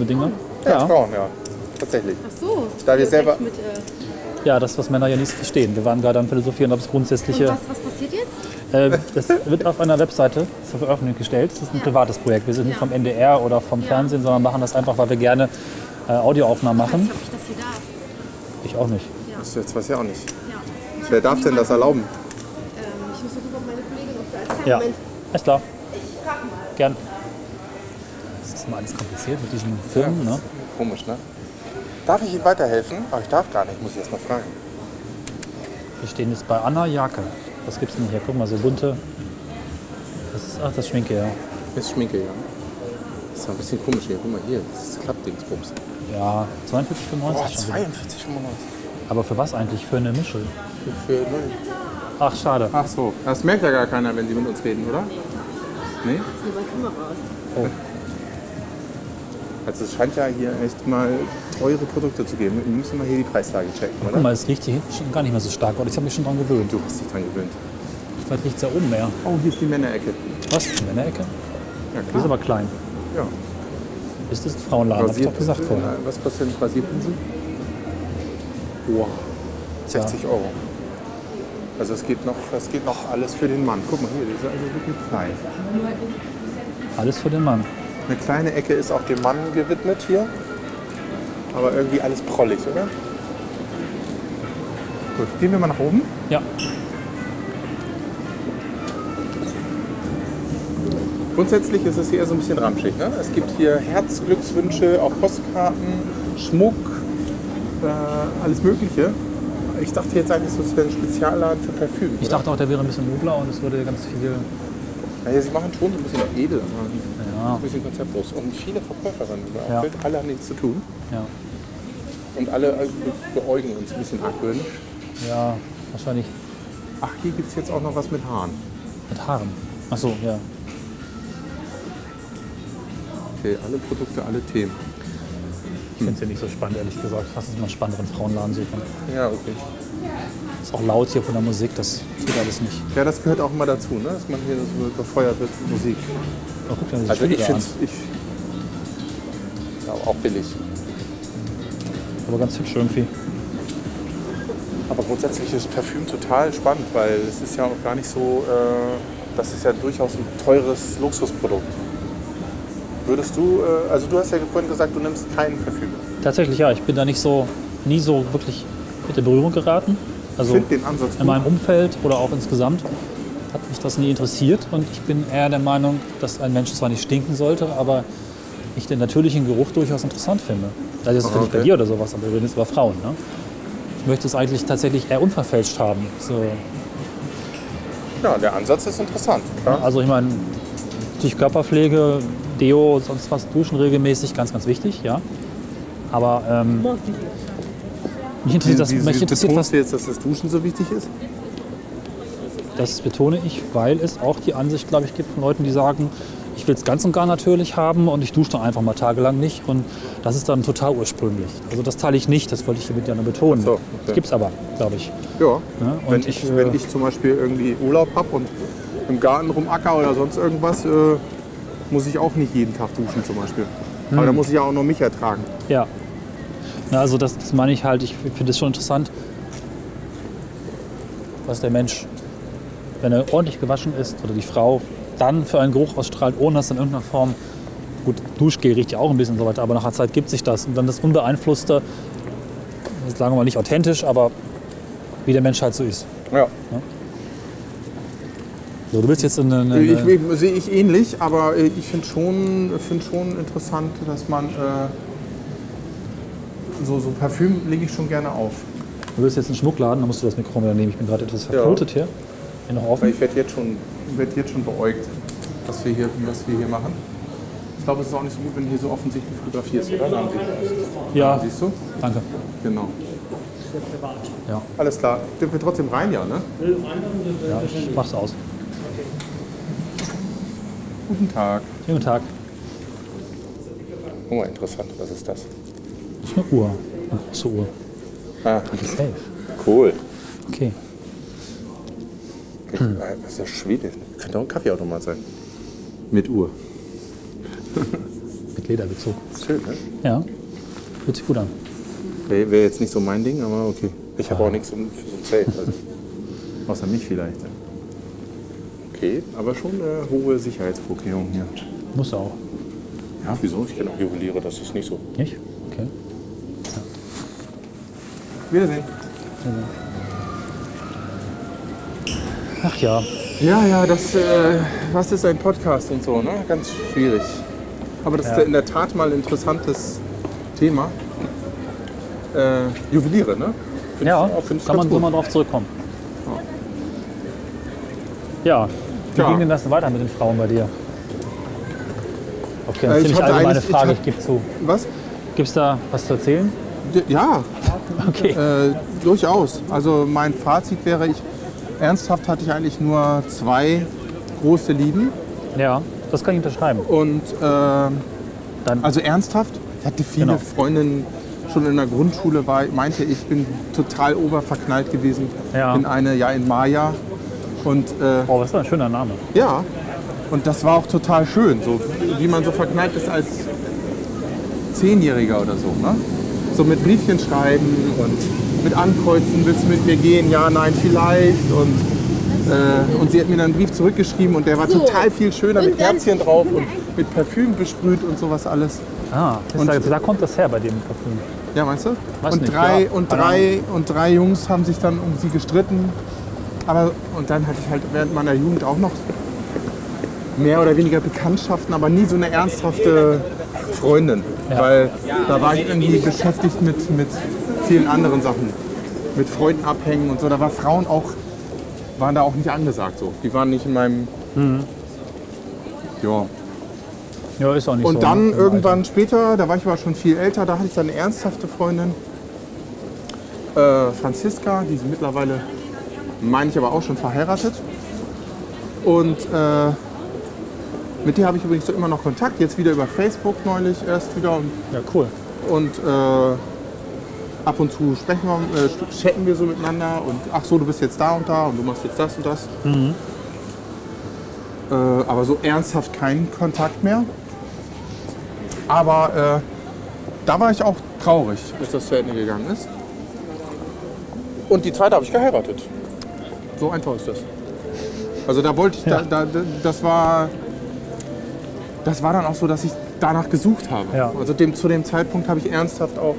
B: um Dinge.
C: Ja, Frauen, ja. Tatsächlich.
E: Ach so.
C: Da wir
E: Direkt
C: selber-
E: Mit, äh,
B: ja, das, was Männer ja nicht so verstehen. Wir waren gerade am Philosophieren, ob es grundsätzliche.
E: was, was passiert jetzt?
B: Äh, das wird auf einer Webseite zur Veröffentlichung gestellt. Das ist ein privates Projekt. Wir sind nicht vom NDR oder vom Fernsehen, sondern machen das einfach, weil wir gerne äh, Audioaufnahmen
E: Ich weiß
B: machen.
E: nicht, ob ich das hier darf.
B: Ich auch nicht.
C: Das jetzt weiß ich auch nicht.
E: Ja.
C: Wer darf denn das erlauben?
E: Ähm, ich muss gucken, ob meine Kollegin noch da ist.
B: Ja,
E: Moment.
B: alles klar. Gern. Das ist immer alles kompliziert mit diesen Firmen, ne?
C: Komisch, ne? Darf ich Ihnen weiterhelfen? Aber ich darf gar nicht, muss ich erst mal fragen.
B: Wir stehen jetzt bei Anna Jake. Was gibt's denn hier? Guck mal, so bunte. Das ist, ach, das ist Schminke, ja.
C: Das ist Schminke, ja. Das ist ein bisschen komisch hier. Guck mal hier, das ist Klappdingsbums.
B: Ja, 42,95 schon wieder.
C: 42,95.
B: Aber für was eigentlich? Für eine Mischel?
C: Für neun.
B: Ach, schade.
C: Ach so, das merkt ja gar keiner, wenn Sie mit uns reden, oder? Nee? Oh.
E: Ich nehme meine Kamera raus.
C: Also es scheint ja hier echt mal teure Produkte zu geben. Wir müssen mal hier die Preislage checken,
B: Guck
C: oder?
B: mal, es riecht hier hinten schon gar nicht mehr so stark. Oder ich habe mich schon dran gewöhnt.
C: Du hast dich dran gewöhnt.
B: Vielleicht riecht's da oben mehr.
C: Oh, hier ist die Männerecke.
B: Was? In der Ecke?
C: Ja,
B: Die ist aber klein.
C: Ja.
B: Ist das ein Frauenladen? Hab ich doch gesagt vorher.
C: Was kostet denn Rasierpinsel? Wow. 60 Euro. Also es geht, noch, es geht noch alles für den Mann. Guck mal hier, die ist also wirklich klein.
B: Alles für den Mann.
C: Eine kleine Ecke ist auch dem Mann gewidmet hier. Aber irgendwie alles prollig, oder? Gut, gehen wir mal nach oben.
B: Ja.
C: Grundsätzlich ist es hier eher so ein bisschen ramschig. Ne? Es gibt hier Herzglückswünsche auf Postkarten, Schmuck, äh, alles Mögliche. Ich dachte jetzt eigentlich, es wäre ein Spezialladen für Parfüm.
B: Ich
C: oder?
B: dachte auch, der wäre ein bisschen nobler und es würde ganz viel.
C: Ja, sie machen schon so ein bisschen edel, aber
B: Ja,
C: ein bisschen konzeptlos. Und viele Verkäuferinnen
B: Ja.
C: Ah. ja. alle haben nichts zu tun.
B: ja.
C: Und alle äh, beäugen uns ein bisschen argwöhnisch.
B: Ja, wahrscheinlich
C: Ach, hier gibt es jetzt auch noch was mit Haaren.
B: mit Haaren. Ach so, ja.
C: Okay, alle Produkte, alle Themen.
B: Ich finde es ja nicht so spannend, ehrlich gesagt. Lass uns mal einen spannenderen Frauenladen suchen.
C: Ja, okay.
B: Ist auch laut hier von der Musik, das geht alles nicht.
C: Ja, das gehört auch immer dazu, ne? dass man hier so befeuert wird mit Musik.
B: Oh, guck dir diese
C: Also
B: Stühle
C: ich
B: an.
C: finde ich ja, auch billig.
B: Aber ganz hübsch irgendwie.
C: Aber grundsätzlich ist Parfüm total spannend, weil es ist ja auch gar nicht so, äh, das ist ja durchaus ein teures Luxusprodukt. Würdest du, äh, also du hast ja vorhin gesagt, du nimmst keinen Parfüm.
B: Tatsächlich, ja, ich bin da nicht so, nie so wirklich mit in Berührung geraten.
C: Ich
B: Also
C: finde
B: in
C: den Ansatz gut.
B: meinem Umfeld oder auch insgesamt hat mich das nie interessiert und ich bin eher der Meinung, dass ein Mensch zwar nicht stinken sollte, aber ich den natürlichen Geruch durchaus interessant finde. Also jetzt
C: Ah,
B: natürlich bei
C: okay.
B: dir oder sowas, aber wir reden jetzt über Frauen. Ne? Ich möchte es eigentlich tatsächlich eher unverfälscht haben. So,
C: Ja, der Ansatz ist interessant. Klar.
B: Also ich meine, natürlich Körperpflege, Deo, sonst was, duschen regelmäßig, ganz, ganz wichtig, ja. Aber ähm, mich interessiert, das, mich interessiert was,
C: betonst du jetzt, dass das Duschen so wichtig ist?
B: das betone ich, weil es auch die Ansicht, glaube ich, gibt von Leuten, die sagen, ich will es ganz und gar natürlich haben und ich dusche dann einfach mal tagelang nicht. Und das ist dann total ursprünglich. Also das teile ich nicht, das wollte ich hiermit gerne betonen.
C: Ach so, okay.
B: Das gibt es aber, glaube ich.
C: Ja.
B: Ne? Und
C: Wenn ich,
B: äh,
C: wenn ich zum Beispiel irgendwie Urlaub habe und im Garten rumacker oder sonst irgendwas, äh, muss ich auch nicht jeden Tag duschen zum Beispiel. Aber da muss ich ja auch nur mich ertragen.
B: Ja. Na, also das, das meine ich halt, ich finde es schon interessant, was der Mensch, wenn er ordentlich gewaschen ist oder die Frau, dann für einen Geruch ausstrahlt, ohne dass in irgendeiner Form, gut, Duschgel riecht ja auch ein bisschen und so weiter, aber nach einer Zeit gibt sich das. Und dann das Unbeeinflusste, das sagen wir mal nicht authentisch, aber wie der Mensch halt so ist.
C: Ja.
B: So, du willst jetzt in äh, eine,
C: Äh, Ich, ich, sehe ich ähnlich, aber äh, ich finde schon, find schon interessant, dass man äh, so, so Parfüm lege ich schon gerne auf.
B: du willst jetzt einen Schmuck laden, dann musst du das Mikro wieder nehmen. Ich bin gerade etwas verflutet hier. Hier noch
C: Weil
B: offen.
C: ich werde jetzt schon, werd jetzt schon beäugt, was wir, hier, was wir hier machen. Ich glaube, es ist auch nicht so gut, wenn du hier so offensichtlich fotografierst, oder? Dann
B: Ja,
C: siehst du?
B: danke.
C: Genau.
B: Ja.
C: Alles klar. Dürfen wir trotzdem rein, ja, ne?
B: Ja, ich mach's aus.
C: Guten Tag.
B: Schönen guten Tag.
C: Oh, mal interessant. Was ist das?
B: Das ist eine Uhr. Eine große Uhr.
C: Ah,
B: Safe.
C: cool.
B: Okay.
C: äh, Das ist ja Schwede. Könnte auch ein Kaffeeautomat sein. Mit Uhr.
B: Mit Lederbezug.
C: Schön, ne?
B: Ja. Fühlt sich gut an.
C: Wäre wär jetzt nicht so mein Ding, aber okay. Ich habe auch nichts um, für so ein Zelt. Also. Außer mich vielleicht. Okay, aber schon äh, hohe Sicherheitsvorkehrungen hier.
B: Muss auch.
C: Ja, wieso? Ich kenne auch Juweliere, das ist nicht so.
B: Nicht? Okay.
C: Wiedersehen.
B: Ach ja.
C: Ja, ja, das, äh, was ist ein Podcast und so, ne? Ganz schwierig. Aber das ist in der Tat mal ein interessantes Thema. Äh, Juweliere, ne? Find
B: Ja,
C: ich- find ich
B: kann
C: ganz
B: man so
C: gut.
B: mal drauf zurückkommen. Ja. Wie
C: Ja.
B: ging denn das weiter mit den Frauen bei dir? Okay, eine
C: Äh, ich
B: ziemlich
C: hatte
B: allgemeine
C: eigentlich- ich
B: Frage, ich,
C: hab-
B: gebe zu.
C: Was?
B: Gibt's da was zu erzählen?
C: D- Ja,
B: Okay.
C: Äh, durchaus. Also mein Fazit wäre, ich ernsthaft hatte ich eigentlich nur zwei große Lieben
B: Ja, das kann ich unterschreiben.
C: und ähm,
B: Dann,
C: also ernsthaft. Ich hatte viele
B: Genau.
C: Freundinnen schon in der Grundschule war, meinte ich bin total oberverknallt gewesen
B: Ja.
C: in eine, ja in Maya und äh,
B: oh, was ist das für ein schöner Name?
C: ja und das war auch total schön, so wie man so verknallt ist als Zehnjähriger oder so, ne? So mit Briefchen schreiben und mit ankreuzen, willst du mit mir gehen? Ja, nein, vielleicht. Und, äh, und sie hat mir dann einen Brief zurückgeschrieben und der war total viel schöner mit Herzchen drauf und mit Parfüm besprüht und sowas alles.
B: Ah, und,
C: Und-
B: da, da kommt das her bei dem Parfüm.
C: Ja, meinst du?
B: Weiß
C: und
B: nicht,
C: drei
B: ja,
C: und
B: keine
C: drei und drei Jungs haben sich dann um sie gestritten. Aber und dann hatte ich halt während meiner Jugend auch noch mehr oder weniger Bekanntschaften, aber nie so eine ernsthafte Freundin, weil da war ich irgendwie beschäftigt mit, mit vielen anderen Sachen, mit Freunden abhängen und so. Da war Frauen auch waren da auch nicht angesagt so. Die waren nicht in meinem
B: Mhm.
C: ja,
B: Ja, ist auch nicht so.
C: und dann
B: im
C: irgendwann später, da war ich aber schon viel älter, da hatte ich dann eine ernsthafte Freundin, äh, Franziska, die ist mittlerweile, meine ich aber auch schon verheiratet. Und äh, mit der habe ich übrigens so immer noch Kontakt, jetzt wieder über Facebook neulich erst wieder und,
B: Alter. Ja, cool.
C: und äh, ab und zu sprechen wir, äh, chatten wir so miteinander und ach so, du bist jetzt da und da und du machst jetzt das und das. Äh, aber so ernsthaft keinen Kontakt mehr. Aber äh, da war ich auch traurig, dass das zu Ende gegangen ist. Und die zweite habe ich geheiratet. So einfach ist das. Also da wollte ich, da, da, das war, das war dann auch so, dass ich danach gesucht habe.
B: Ja.
C: Also dem, zu dem Zeitpunkt habe ich ernsthaft auch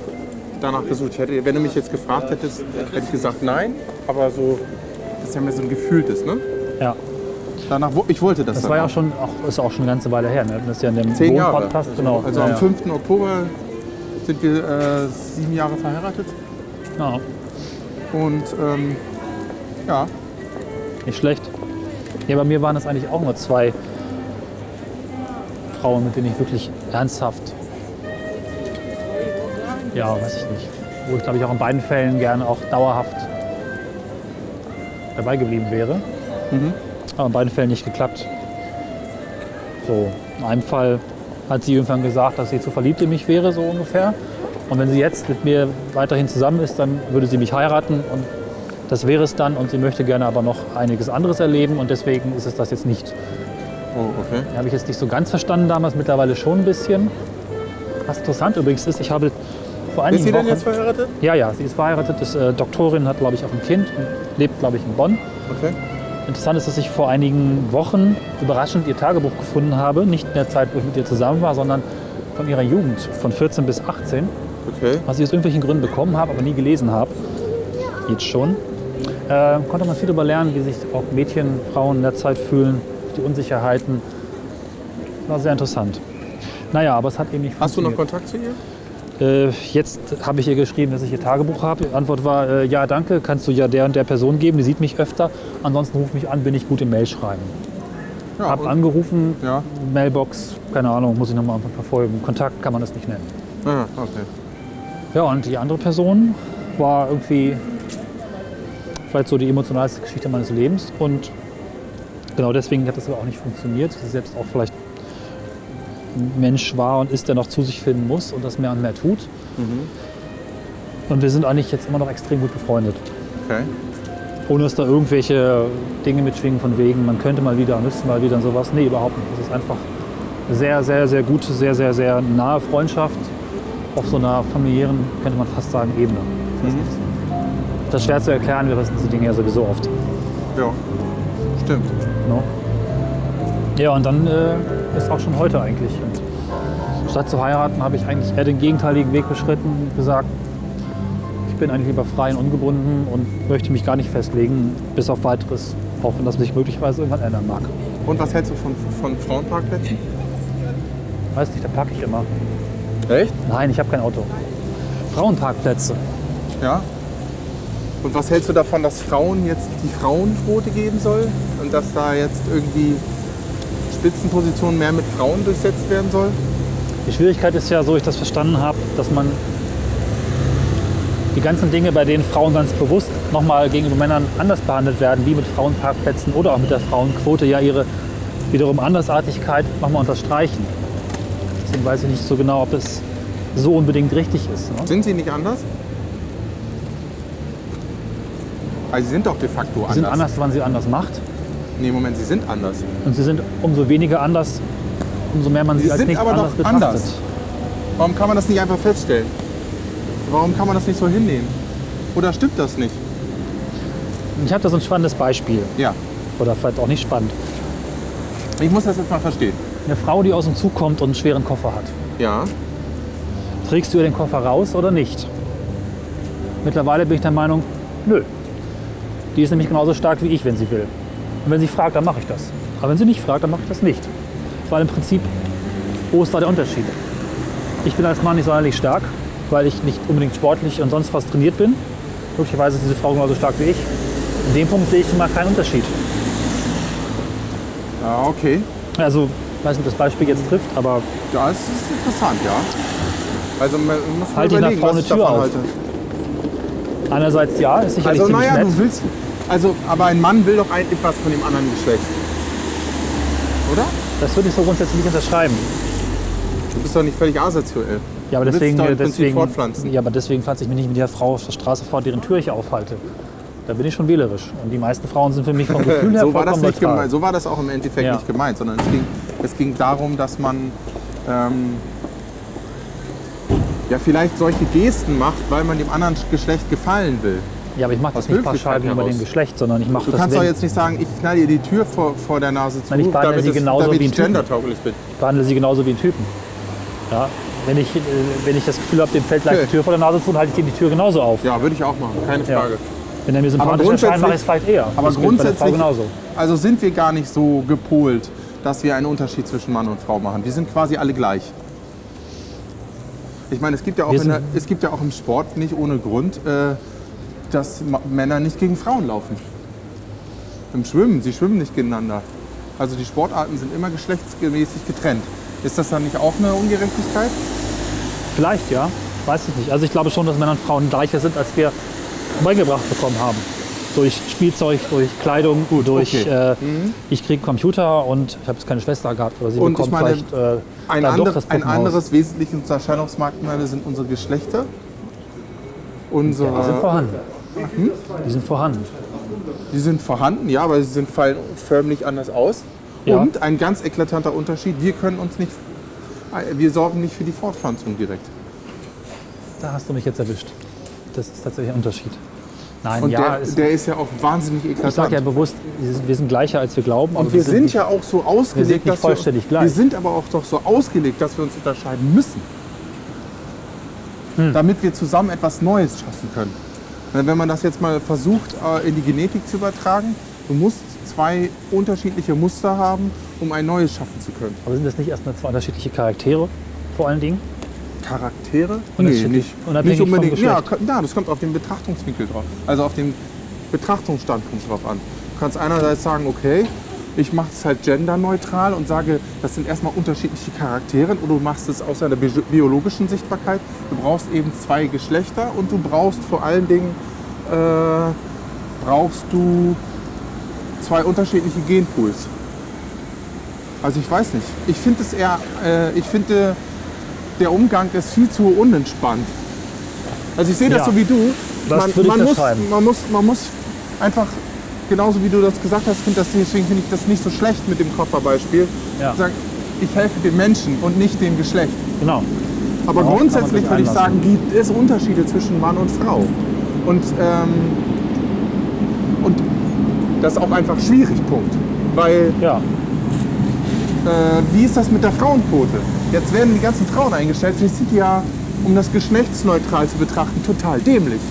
C: danach gesucht. Ich hätte, wenn du mich jetzt gefragt hättest, hätte ich gesagt nein. Aber so, das ist ja mehr so ein gefühltes, ne?
B: Ja.
C: Danach, wo- ich wollte das.
B: Das war ja
C: danach.
B: auch schon, auch, ist auch schon eine ganze Weile her. Ne? Das ist ja in dem
C: Zehn Jahre.
B: Wohnpodcast, genau.
C: Also
B: ja,
C: am 5. Oktober sind wir äh, sieben Jahre verheiratet.
B: Ja. Ja,
C: Und ähm, ja,
B: nicht schlecht. Ja, bei mir waren es eigentlich auch nur zwei Frauen, mit denen ich wirklich ernsthaft, ja, weiß ich nicht, wo ich glaube ich auch in beiden Fällen gerne auch dauerhaft dabei geblieben wäre. Aber in beiden Fällen nicht geklappt. So, in einem Fall hat sie irgendwann gesagt, dass sie zu verliebt in mich wäre, so ungefähr. Und wenn sie jetzt mit mir weiterhin zusammen ist, dann würde sie mich heiraten und das wäre es dann. Und sie möchte gerne aber noch einiges anderes erleben und deswegen ist es das jetzt nicht.
C: Oh, okay.
B: Habe ich jetzt nicht so ganz verstanden damals, mittlerweile schon ein bisschen. Was interessant übrigens ist, ich habe vor einigen
C: Ist sie
B: Wochen...
C: denn jetzt verheiratet?
B: ja, ja, sie ist verheiratet, ist äh, Doktorin, hat glaube ich auch ein Kind, und lebt glaube ich in Bonn.
C: Okay.
B: Interessant ist, dass ich vor einigen Wochen überraschend ihr Tagebuch gefunden habe. Nicht in der Zeit, wo ich mit ihr zusammen war, sondern von ihrer Jugend, von 14 bis 18,
C: Okay.
B: was ich aus irgendwelchen Gründen bekommen habe, aber nie gelesen habe. Jetzt schon. Äh, konnte man viel darüber lernen, wie sich auch Mädchen, Frauen in der Zeit fühlen, die Unsicherheiten. War sehr interessant. Naja, aber es hat eben nicht
C: Hast du noch
B: funktioniert.
C: Kontakt zu ihr?
B: Äh, jetzt habe ich ihr geschrieben, dass ich ihr Tagebuch habe. Die Antwort war, äh, ja, danke, kannst du ja der und der Person geben, die sieht mich öfter. Ansonsten ruf mich an, bin ich gut im Mail schreiben.
C: Ja.
B: Hab
C: und-
B: angerufen,
C: Ja.
B: Mailbox, keine Ahnung, muss ich nochmal verfolgen. Kontakt kann man das nicht nennen.
C: Ah, okay.
B: Ja, und die andere Person war irgendwie vielleicht so die emotionalste Geschichte meines Lebens. Und genau deswegen hat das aber auch nicht funktioniert. dass Sie selbst auch vielleicht ein Mensch war und ist, der noch zu sich finden muss und das mehr und mehr tut. Und wir sind eigentlich jetzt immer noch extrem gut befreundet.
C: Okay.
B: Ohne dass da irgendwelche Dinge mitschwingen von wegen, man könnte mal wieder, müsste mal wieder und sowas. Nee, überhaupt nicht. Es ist einfach eine sehr, sehr, sehr gute, sehr, sehr, sehr nahe Freundschaft auf so einer familiären, könnte man fast sagen, Ebene. Das, ist, das ist schwer zu erklären, wir wissen diese Dinge ja sowieso oft.
C: Ja. Stimmt.
B: Ne? Ja, und dann äh, ist auch schon heute eigentlich. Und statt zu heiraten, habe ich eigentlich eher den gegenteiligen Weg beschritten und gesagt, ich bin eigentlich lieber frei und ungebunden und möchte mich gar nicht festlegen, bis auf weiteres, auch wenn das sich möglicherweise irgendwann ändern mag.
C: Und was hältst du von, von Frauenparkplätzen?
B: Weiß nicht, da packe ich immer.
C: Echt?
B: Nein, ich habe kein Auto. Frauenparkplätze.
C: Ja. Und was hältst du davon, dass Frauen jetzt die Frauenquote geben soll? Und dass da jetzt irgendwie Spitzenpositionen mehr mit Frauen durchsetzt werden soll?
B: Die Schwierigkeit ist ja, so ich das verstanden habe, dass man die ganzen Dinge, bei denen Frauen ganz bewusst nochmal gegenüber Männern anders behandelt werden, wie mit Frauenparkplätzen oder auch mit der Frauenquote, ja ihre wiederum Andersartigkeit nochmal unterstreichen. Deswegen weiß ich nicht so genau, ob es so unbedingt richtig ist. Ne?
C: Sind sie nicht anders? Also sie sind doch de facto
B: Sie
C: anders.
B: sind anders, wann sie anders macht.
C: Nee, Moment, sie sind anders.
B: Und sie sind umso weniger anders, umso mehr man sie,
C: Sie
B: als
C: sind
B: nicht
C: aber doch
B: anders betrachtet.
C: anders. Warum kann man das nicht einfach feststellen? Warum kann man das nicht so hinnehmen? Oder stimmt das nicht?
B: Ich habe da so ein spannendes Beispiel.
C: Ja.
B: Oder vielleicht auch nicht spannend.
C: Ich muss das jetzt mal verstehen.
B: Eine Frau, die aus dem Zug kommt und einen schweren Koffer hat.
C: Ja.
B: Trägst du ihr den Koffer raus oder nicht? Mittlerweile bin ich der Meinung, nö. Die ist nämlich genauso stark wie ich, wenn sie will. Und wenn sie fragt, dann mache ich das. Aber wenn sie nicht fragt, dann mache ich das nicht. Weil im Prinzip, wo ist da der Unterschied? Ich bin als Mann nicht sonderlich stark, weil ich nicht unbedingt sportlich und sonst was trainiert bin. Möglicherweise ist diese Frau genauso stark wie ich. In dem Punkt sehe ich schon mal keinen Unterschied.
C: Ja, Ah, okay.
B: Also, ich weiß nicht, ob das Beispiel jetzt trifft, aber
C: Ja, es ist interessant, ja. Also man muss mal
B: Halt die nach
C: überlegen, was
B: vorne
C: ich
B: Tür
C: davon
B: auf.
C: halte.
B: einerseits ja, ist sicherlich
C: Also
B: ziemlich
C: naja,
B: nett.
C: du willst. Also, aber ein Mann will doch eigentlich was von dem anderen Geschlecht. Oder?
B: Das würde ich so grundsätzlich nicht unterschreiben.
C: Du bist doch nicht völlig asexuell.
B: Ja, aber
C: Du willst
B: deswegen, äh,
C: dich doch im Prinzip
B: deswegen,
C: fortpflanzen.
B: ja, aber deswegen pflanze ich mich nicht mit der Frau auf der Straße fort, deren Tür ich aufhalte. Da bin ich schon wählerisch. Und die meisten Frauen sind für mich vom Gefühl her
C: Äh, so, war das
B: vollkommen
C: nicht
B: neutral.
C: gemeint, so war das auch im Endeffekt
B: Ja.
C: nicht gemeint, sondern es ging, es ging darum, dass man ähm, ja vielleicht solche Gesten macht, weil man dem anderen Geschlecht gefallen will.
B: Ja, aber ich mache
C: Aus
B: das nicht
C: Höflichkeit
B: pauschal gegenüber
C: heraus.
B: dem Geschlecht, sondern ich mache
C: Du
B: das,
C: kannst doch
B: wenn
C: jetzt nicht sagen, ich knall ihr die Tür vor, vor der Nase zu,
B: Nein, ich behandle
C: damit,
B: sie
C: es,
B: genauso
C: damit
B: wie
C: ich
B: einen Typen.
C: gendertauglich bin.
B: ich behandle sie genauso wie einen Typen. Ja, wenn, ich, äh, wenn ich das Gefühl habe, dem fällt gleich
C: Okay.
B: die Tür vor der Nase zu, dann halte ich ihm die Tür genauso auf.
C: Ja, würde ich auch machen, keine
B: Ja.
C: Frage.
B: Wenn er mir sympathisch
C: grundsätzlich-
B: erscheint, mache ich es vielleicht eher.
C: Aber
B: das gilt bei der Frau
C: grundsätzlich,
B: genauso.
C: also sind wir gar nicht so gepolt, dass wir einen Unterschied zwischen Mann und Frau machen. Wir sind quasi alle gleich. Ich meine, es gibt ja auch,
B: Wir
C: in der,
B: sind-
C: es gibt ja auch im Sport nicht ohne Grund, äh, dass Ma- Männer nicht gegen Frauen laufen. Im Schwimmen, sie schwimmen nicht gegeneinander. Also die Sportarten sind immer geschlechtsmäßig getrennt. Ist das dann nicht auch eine Ungerechtigkeit?
B: Vielleicht, ja. Ich weiß es nicht. Also ich glaube schon, dass Männer und Frauen gleicher sind, als wir beigebracht bekommen haben. durch Spielzeug, durch Kleidung, durch
C: okay.
B: äh, ich kriege Computer und ich habe jetzt keine Schwester gehabt oder sie
C: Mhm. Und ich
B: bekommt
C: meine,
B: vielleicht äh, dann
C: Ein,
B: doch
C: andere,
B: das
C: ein
B: Puppenhaus.
C: anderes wesentliches Erscheinungsmerkmal sind unsere Geschlechter. Unsere, Hm?
B: Die sind vorhanden. Die sind vorhanden.
C: die sind vorhanden, ja, aber sie sind fallen förmlich anders aus.
B: Ja.
C: Und ein ganz eklatanter Unterschied, wir können uns nicht, äh, wir sorgen nicht für die Fortpflanzung direkt.
B: Da hast du mich jetzt erwischt. Das ist tatsächlich ein Unterschied. Nein,
C: Und
B: ja,
C: der,
B: es-
C: der ist ja auch wahnsinnig
B: ich sage ja
C: eklatant.
B: bewusst, wir sind gleicher als wir glauben. aber
C: Und wir sind
B: nicht-
C: ja auch so ausgelegt,
B: nicht
C: dass
B: vollständig
C: wir,
B: gleich.
C: wir sind aber auch doch so ausgelegt, dass wir uns unterscheiden müssen,
B: Hm.
C: damit wir zusammen etwas Neues schaffen können. Weil Wenn man das jetzt mal versucht, äh, in die Genetik zu übertragen, du musst zwei unterschiedliche Muster haben, um ein neues schaffen zu können.
B: Aber sind das nicht erstmal zwei unterschiedliche Charaktere vor allen Dingen?
C: Charaktere?
B: Unterschiedlich. Unabhängig
C: nicht
B: vom
C: unbedingt. Ja,
B: Geschlecht.
C: ka- na, das kommt auf den Betrachtungswinkel drauf. Also auf den Betrachtungsstandpunkt drauf an. Du kannst einerseits sagen, okay, ich mache es halt genderneutral und sage, das sind erstmal unterschiedliche Charaktere oder du machst es aus einer bi- biologischen Sichtbarkeit. Du brauchst eben zwei Geschlechter und du brauchst vor allen Dingen äh, brauchst du zwei unterschiedliche Genpools. Also ich weiß nicht. Ich finde es eher, äh, ich finde der Umgang ist viel zu unentspannt. Also ich sehe das
B: Ja.
C: so wie du.
B: Das würde ich
C: man, muss,
B: unterschreiben.
C: man muss, man muss einfach genauso wie du das gesagt hast, finde das deswegen finde ich das nicht so schlecht mit dem Kofferbeispiel.
B: Ja.
C: Sagen, ich helfe dem Menschen und nicht dem Geschlecht.
B: Genau.
C: Aber
B: Darauf kann man sich
C: grundsätzlich würde ich sagen,
B: einlassen.
C: gibt es Unterschiede zwischen Mann und Frau. Und, ähm, und das ist auch einfach schwierig, Punkt. Weil,
B: Ja.
C: äh, wie ist das mit der Frauenquote? Jetzt werden die ganzen Frauen eingestellt. Die sind ja, um das geschlechtsneutral zu betrachten, total dämlich.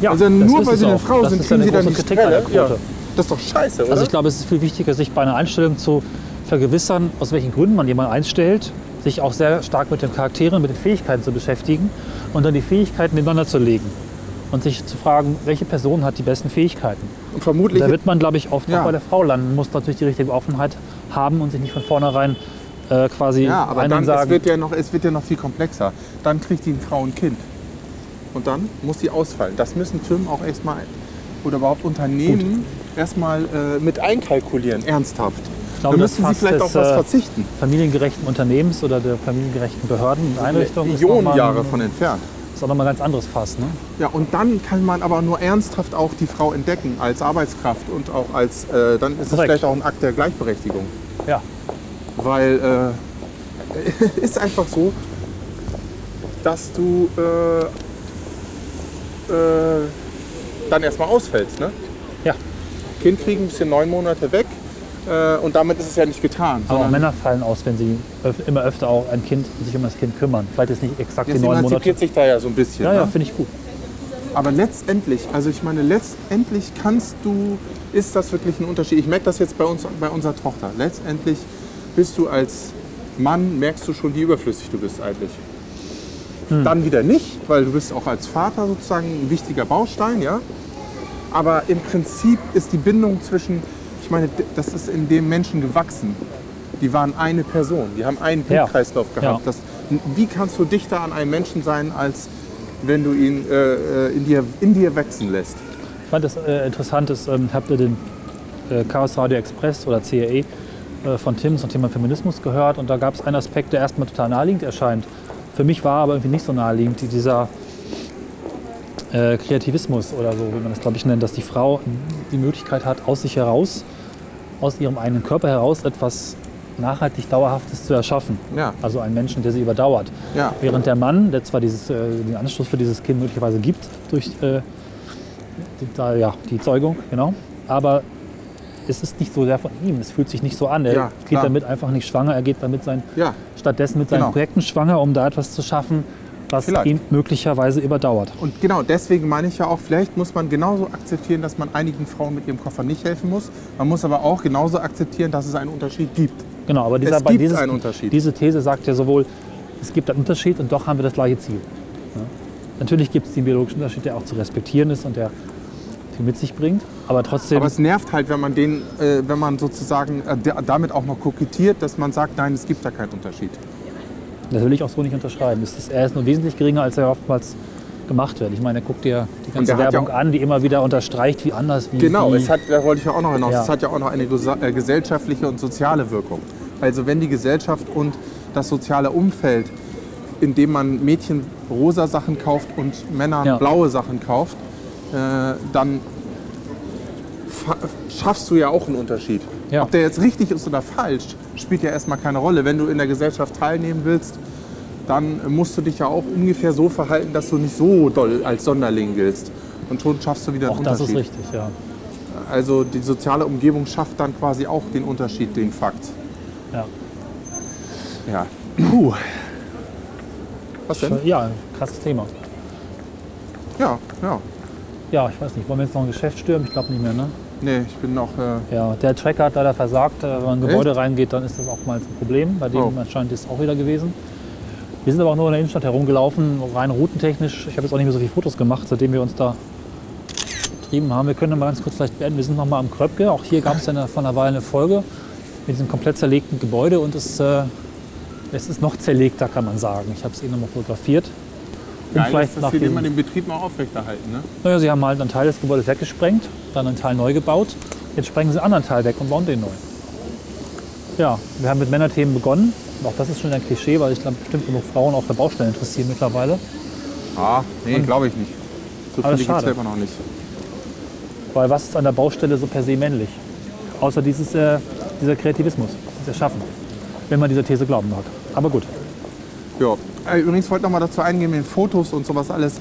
B: ja
C: Also
B: das
C: nur
B: ist
C: weil
B: es
C: sie eine
B: auch.
C: Frau
B: das
C: sind,
B: ist ja
C: kriegen sie
B: eine
C: dann
B: große
C: nicht
B: Kritik an der
C: Ja,
B: Quote.
C: das ist doch scheiße, oder?
B: Also ich glaube, es ist viel wichtiger, sich bei einer Einstellung zu vergewissern, aus welchen Gründen man jemanden einstellt, sich auch sehr stark mit den Charakteren, mit den Fähigkeiten zu beschäftigen und dann die Fähigkeiten nebeneinander zu legen und sich zu fragen, welche Person hat die besten Fähigkeiten.
C: und
B: Und
C: vermutlich
B: da wird man, glaube ich, oft
C: Ja.
B: auch bei der Frau landen, muss natürlich die richtige Offenheit haben und sich nicht von vornherein äh, quasi
C: Ja, aber
B: einen
C: dann, es,
B: sagen,
C: wird ja noch, es wird ja noch viel komplexer. Dann kriegt die Frau ein Kind. Und dann muss sie ausfallen. Das müssen Firmen auch erstmal oder überhaupt Unternehmen erstmal äh, mit einkalkulieren, ernsthaft.
B: glaube,
C: dann
B: das
C: müssen sie
B: Fass
C: vielleicht
B: des,
C: auf was
B: äh,
C: verzichten.
B: familiengerechten Unternehmens oder der familiengerechten Behörden und Einrichtungen ist
C: Millionen
B: nochmal
C: Jahre
B: ein,
C: von entfernt.
B: ist auch nochmal ein ganz anderes Fass. Ne?
C: Ja, und dann kann man aber nur ernsthaft auch die Frau entdecken als Arbeitskraft und auch als, äh, dann ist es
B: Korrekt.
C: vielleicht auch ein Akt der Gleichberechtigung.
B: Ja.
C: Weil äh, ist einfach so, dass du äh, äh, dann erstmal ausfällst. Ne?
B: Ja.
C: Kind kriegen, bist ja neun Monate weg äh, und damit ist es ja nicht getan.
B: Aber auch
C: sondern
B: Männer fallen aus, wenn sie öf immer öfter auch ein Kind sich um das Kind kümmern. Vielleicht ist nicht exakt die
C: jetzt
B: neun
C: emanzipiert
B: Monate.
C: sich da ja so ein bisschen.
B: Ja, ja,
C: ne?
B: finde ich gut.
C: Aber letztendlich, also ich meine, letztendlich kannst du, ist das wirklich ein Unterschied. Ich merke das jetzt bei uns, bei unserer Tochter. Letztendlich bist du als Mann, merkst du schon, wie überflüssig du bist eigentlich.
B: Hm.
C: Dann wieder nicht, weil du bist auch als Vater sozusagen ein wichtiger Baustein, ja. Aber im Prinzip ist die Bindung zwischen, ich meine, d- das ist in dem Menschen gewachsen. Die waren eine Person, die haben einen
B: Ja.
C: Blutkreislauf gehabt.
B: Ja.
C: Das, wie kannst du dichter an einem Menschen sein, als wenn du ihn äh, äh, in, dir, in dir wachsen lässt?
B: Ich fand das äh, interessant, ist, ähm, habt ihr den äh, Chaos Radio Express oder CRE äh, von Tim zum Thema Feminismus gehört und da gab es einen Aspekt, der erstmal total naheliegend erscheint. Für mich war er aber irgendwie nicht so naheliegend, die- dieser äh, Kreativismus oder so, wie man das glaube ich nennt, dass die Frau die Möglichkeit hat, aus sich heraus, aus ihrem eigenen Körper heraus etwas nachhaltig Dauerhaftes zu erschaffen.
C: Ja.
B: Also einen Menschen, der sie überdauert.
C: Ja.
B: Während der Mann, der zwar dieses, äh, den Anschluss für dieses Kind möglicherweise gibt, durch äh, die, da, ja, die Zeugung, genau, aber es ist nicht so sehr von ihm, es fühlt sich nicht so an. Er
C: Ja,
B: geht
C: klar.
B: damit einfach nicht schwanger, er geht damit sein,
C: Ja,
B: stattdessen mit seinen
C: Genau.
B: Projekten schwanger, um da etwas zu schaffen, was
C: Vielleicht.
B: ihn möglicherweise überdauert.
C: und genau deswegen meine ich ja auch, vielleicht muss man genauso akzeptieren, dass man einigen Frauen mit ihrem Koffer nicht helfen muss. Man muss aber auch genauso akzeptieren, dass es einen Unterschied gibt.
B: Genau, aber dieser,
C: Es gibt
B: dieses,
C: einen Unterschied.
B: diese These sagt ja sowohl, es gibt einen Unterschied und doch haben wir das gleiche Ziel. Ja. Natürlich gibt es den biologischen Unterschied, der auch zu respektieren ist und der viel mit sich bringt, aber trotzdem,
C: Aber es nervt halt, wenn man den, äh, wenn man sozusagen äh, da- damit auch noch kokettiert, dass man sagt, nein, es gibt da keinen Unterschied.
B: das will ich auch so nicht unterschreiben. Es ist, er ist nur wesentlich geringer, als er oftmals gemacht wird. Ich meine, guck dir die
C: Und der
B: ganze
C: hat ja
B: Werbung
C: auch-
B: an, die immer wieder unterstreicht, wie anders, wie
C: Genau,
B: wie,
C: es hat, da wollte ich ja auch noch hinaus,
B: Ja.
C: es hat ja auch noch eine gesa- äh, gesellschaftliche und soziale Wirkung. Also wenn die Gesellschaft und das soziale Umfeld, in dem man Mädchen rosa Sachen kauft und Männern
B: Ja.
C: blaue Sachen kauft, äh, dann fa- schaffst du ja auch einen Unterschied.
B: Ja.
C: Ob der jetzt richtig ist oder falsch, spielt ja erstmal keine Rolle. Wenn du in der Gesellschaft teilnehmen willst, dann musst du dich ja auch ungefähr so verhalten, dass du nicht so doll als Sonderling giltst. Und schon schaffst du wieder einen
B: auch das
C: Unterschied.
B: ist richtig, ja.
C: Also die soziale Umgebung schafft dann quasi auch den Unterschied, den Fakt.
B: Ja,
C: Ja.
B: Puh.
C: Was denn?
B: ja krasses Thema.
C: Ja, ja.
B: Ja, ich weiß nicht, wollen wir jetzt noch ein Geschäft stürmen? Ich glaube nicht mehr, ne?
C: Nee, ich bin noch. Äh,
B: Ja, der Tracker hat leider versagt. Äh, Wenn man in ein
C: Echt?
B: Gebäude reingeht, dann ist das oftmals ein Problem. Bei dem
C: Oh.
B: anscheinend ist es auch wieder gewesen. Wir sind aber auch nur in der Innenstadt herumgelaufen, rein routentechnisch. Ich habe jetzt auch nicht mehr so viele Fotos gemacht, seitdem wir uns da getrieben haben. Wir können mal ganz kurz vielleicht beenden. Wir sind noch mal am Kröpke. Auch hier gab es eine, vor einer Weile eine Folge mit diesem komplett zerlegten Gebäude. Und es, äh, es ist noch zerlegter, kann man sagen. Ich habe es eben noch mal fotografiert. Um
C: geil ist, dass wir
B: diesem-
C: immer den Betrieb mal aufrechterhalten. Ne?
B: naja, sie haben halt einen Teil des Gebäudes weggesprengt, dann einen Teil neu gebaut. Jetzt sprengen sie einen anderen Teil weg und bauen den neu. Ja, wir haben mit Männerthemen begonnen. Auch das ist schon ein Klischee, weil ich glaube, bestimmt genug Frauen auf der Baustelle interessieren mittlerweile.
C: Ah, nee, glaube ich nicht.
B: Aber
C: So viele
B: das ist
C: gibt es
B: schade.
C: selber noch nicht.
B: Weil was ist an der Baustelle so per se männlich? Außer dieses, äh, dieser Kreativismus, dieses Erschaffen. Wenn man dieser These glauben mag. Aber gut.
C: Ja. Äh, Übrigens wollte ich noch mal dazu eingehen mit den Fotos und sowas alles.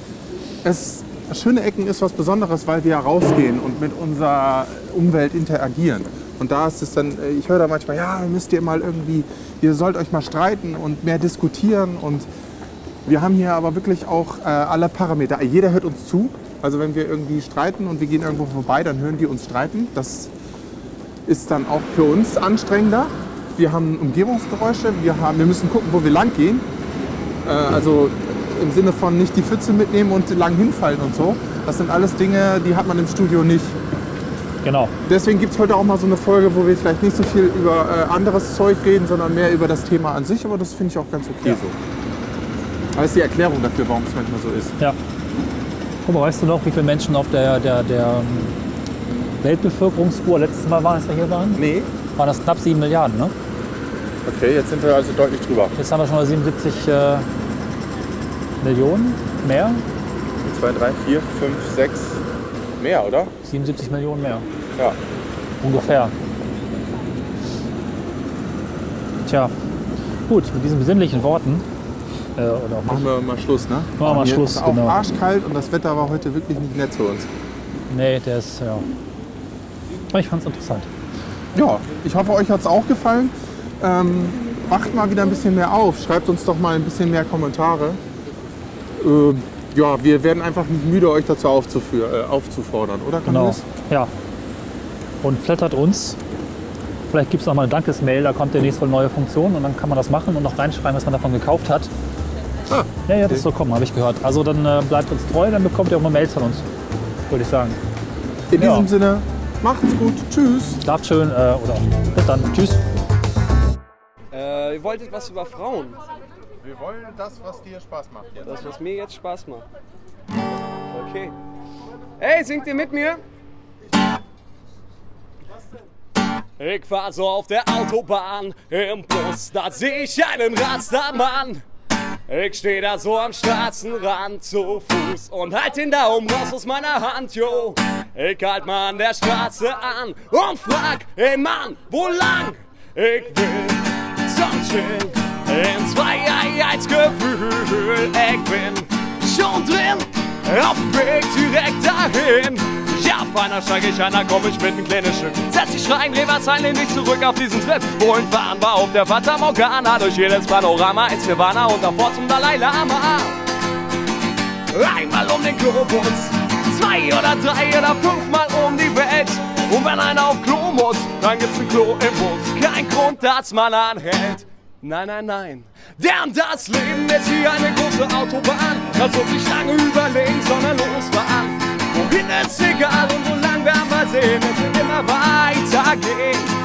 C: Es, schöne Ecken ist was Besonderes, weil wir ja rausgehen und mit unserer Umwelt interagieren. Und da ist es dann, äh, ich höre da manchmal, ja, müsst ihr mal irgendwie, ihr sollt euch mal streiten und mehr diskutieren. Und wir haben hier aber wirklich auch äh, alle Parameter. Jeder hört uns zu. Also wenn wir irgendwie streiten und wir gehen irgendwo vorbei, dann hören die uns streiten. Das ist dann auch für uns anstrengender. Wir haben Umgebungsgeräusche, wir, haben, wir müssen gucken, wo wir lang gehen. Äh, also im Sinne von nicht die Pfütze mitnehmen und lang hinfallen und so. Das sind alles Dinge, die hat man im Studio nicht.
B: Genau.
C: Deswegen gibt es heute auch mal so eine Folge, wo wir vielleicht nicht so viel über äh, anderes Zeug reden, sondern mehr über das Thema an sich. Aber das finde ich auch ganz okay
B: Ja.
C: so. Das ist die Erklärung dafür, warum es manchmal so ist.
B: Ja. Guck mal, weißt du noch, wie viele Menschen auf der, der, der ähm, Weltbevölkerungsuhr letztes Mal waren, als wir hier waren?
C: Nee.
B: Waren das knapp 7 Milliarden, ne?
C: Okay, jetzt sind wir also deutlich drüber.
B: Jetzt haben wir schon mal 77 äh, Millionen mehr.
C: 2, 3, 4, 5, 6 mehr, oder?
B: 77 Millionen mehr.
C: Ja.
B: Ungefähr. Tja, gut, mit diesen besinnlichen Worten. Äh, oder auch
C: Machen
B: nicht.
C: wir mal Schluss, ne?
B: wir mal
C: Hier
B: Schluss,
C: ist auch
B: genau.
C: arschkalt und das Wetter war heute wirklich nicht nett zu uns.
B: Nee, der ist, ja. Aber Ich fand's interessant.
C: Ja, ich hoffe, euch hat's auch gefallen. Ähm, macht mal wieder ein bisschen mehr auf. Schreibt uns doch mal ein bisschen mehr Kommentare. Ähm, ja, wir werden einfach nicht müde, euch dazu aufzufü- äh, aufzufordern, oder? Kann
B: Genau.
C: das?
B: Ja. Und flattert uns. Vielleicht gibt's noch mal eine Dankesmail, da kommt demnächst wohl eine neue Funktion und dann kann man das machen und noch reinschreiben, was man davon gekauft hat.
C: Ah,
B: Ja, ja, das soll kommen, habe ich gehört. Also dann äh, bleibt uns treu, dann bekommt ihr auch mal Mails von uns, würde ich sagen.
C: In
B: Ja.
C: diesem Sinne, macht's gut. Tschüss.
B: Schlaft schön äh, oder bis dann. Tschüss.
F: Äh, ihr wolltet was über Frauen.
C: Wir wollen das, was dir Spaß macht jetzt.
F: Das, was mir jetzt Spaß macht. Okay. Ey, singt ihr mit mir? Ich fahr so auf der Autobahn, im Bus, da seh ich einen Rastermann. Ich steh da so am Straßenrand zu Fuß und halt den Daumen raus aus meiner Hand, yo. Ich halt mal an der Straße an und frag, ey Mann, wo lang? Ich will zum Chillen ins Freiheitsgefühl. Ich bin schon drin, auf dem Weg direkt dahin. Ja, auf einer steig ich einer, komm ich mit ein kleines Stück. Setz dich rein, Reversheim, lehn dich zurück auf diesen Trip. Wohin fahren wir auf der Fata Morgana? Durch jedes Panorama ins Nirvana und davor zum Dalai Lama. Einmal um den Globus, zwei oder drei oder fünfmal um die Welt. Und wenn einer auf Klo muss, dann gibt's ein Klo im Bus. Kein Grund, dass man anhält. Nein, nein, nein. Denn das Leben ist wie eine große Autobahn. Man soll nicht lange überlegen, sondern losfahren. Wohin ist egal und so lang werden wir sehen, es wird immer weitergehen.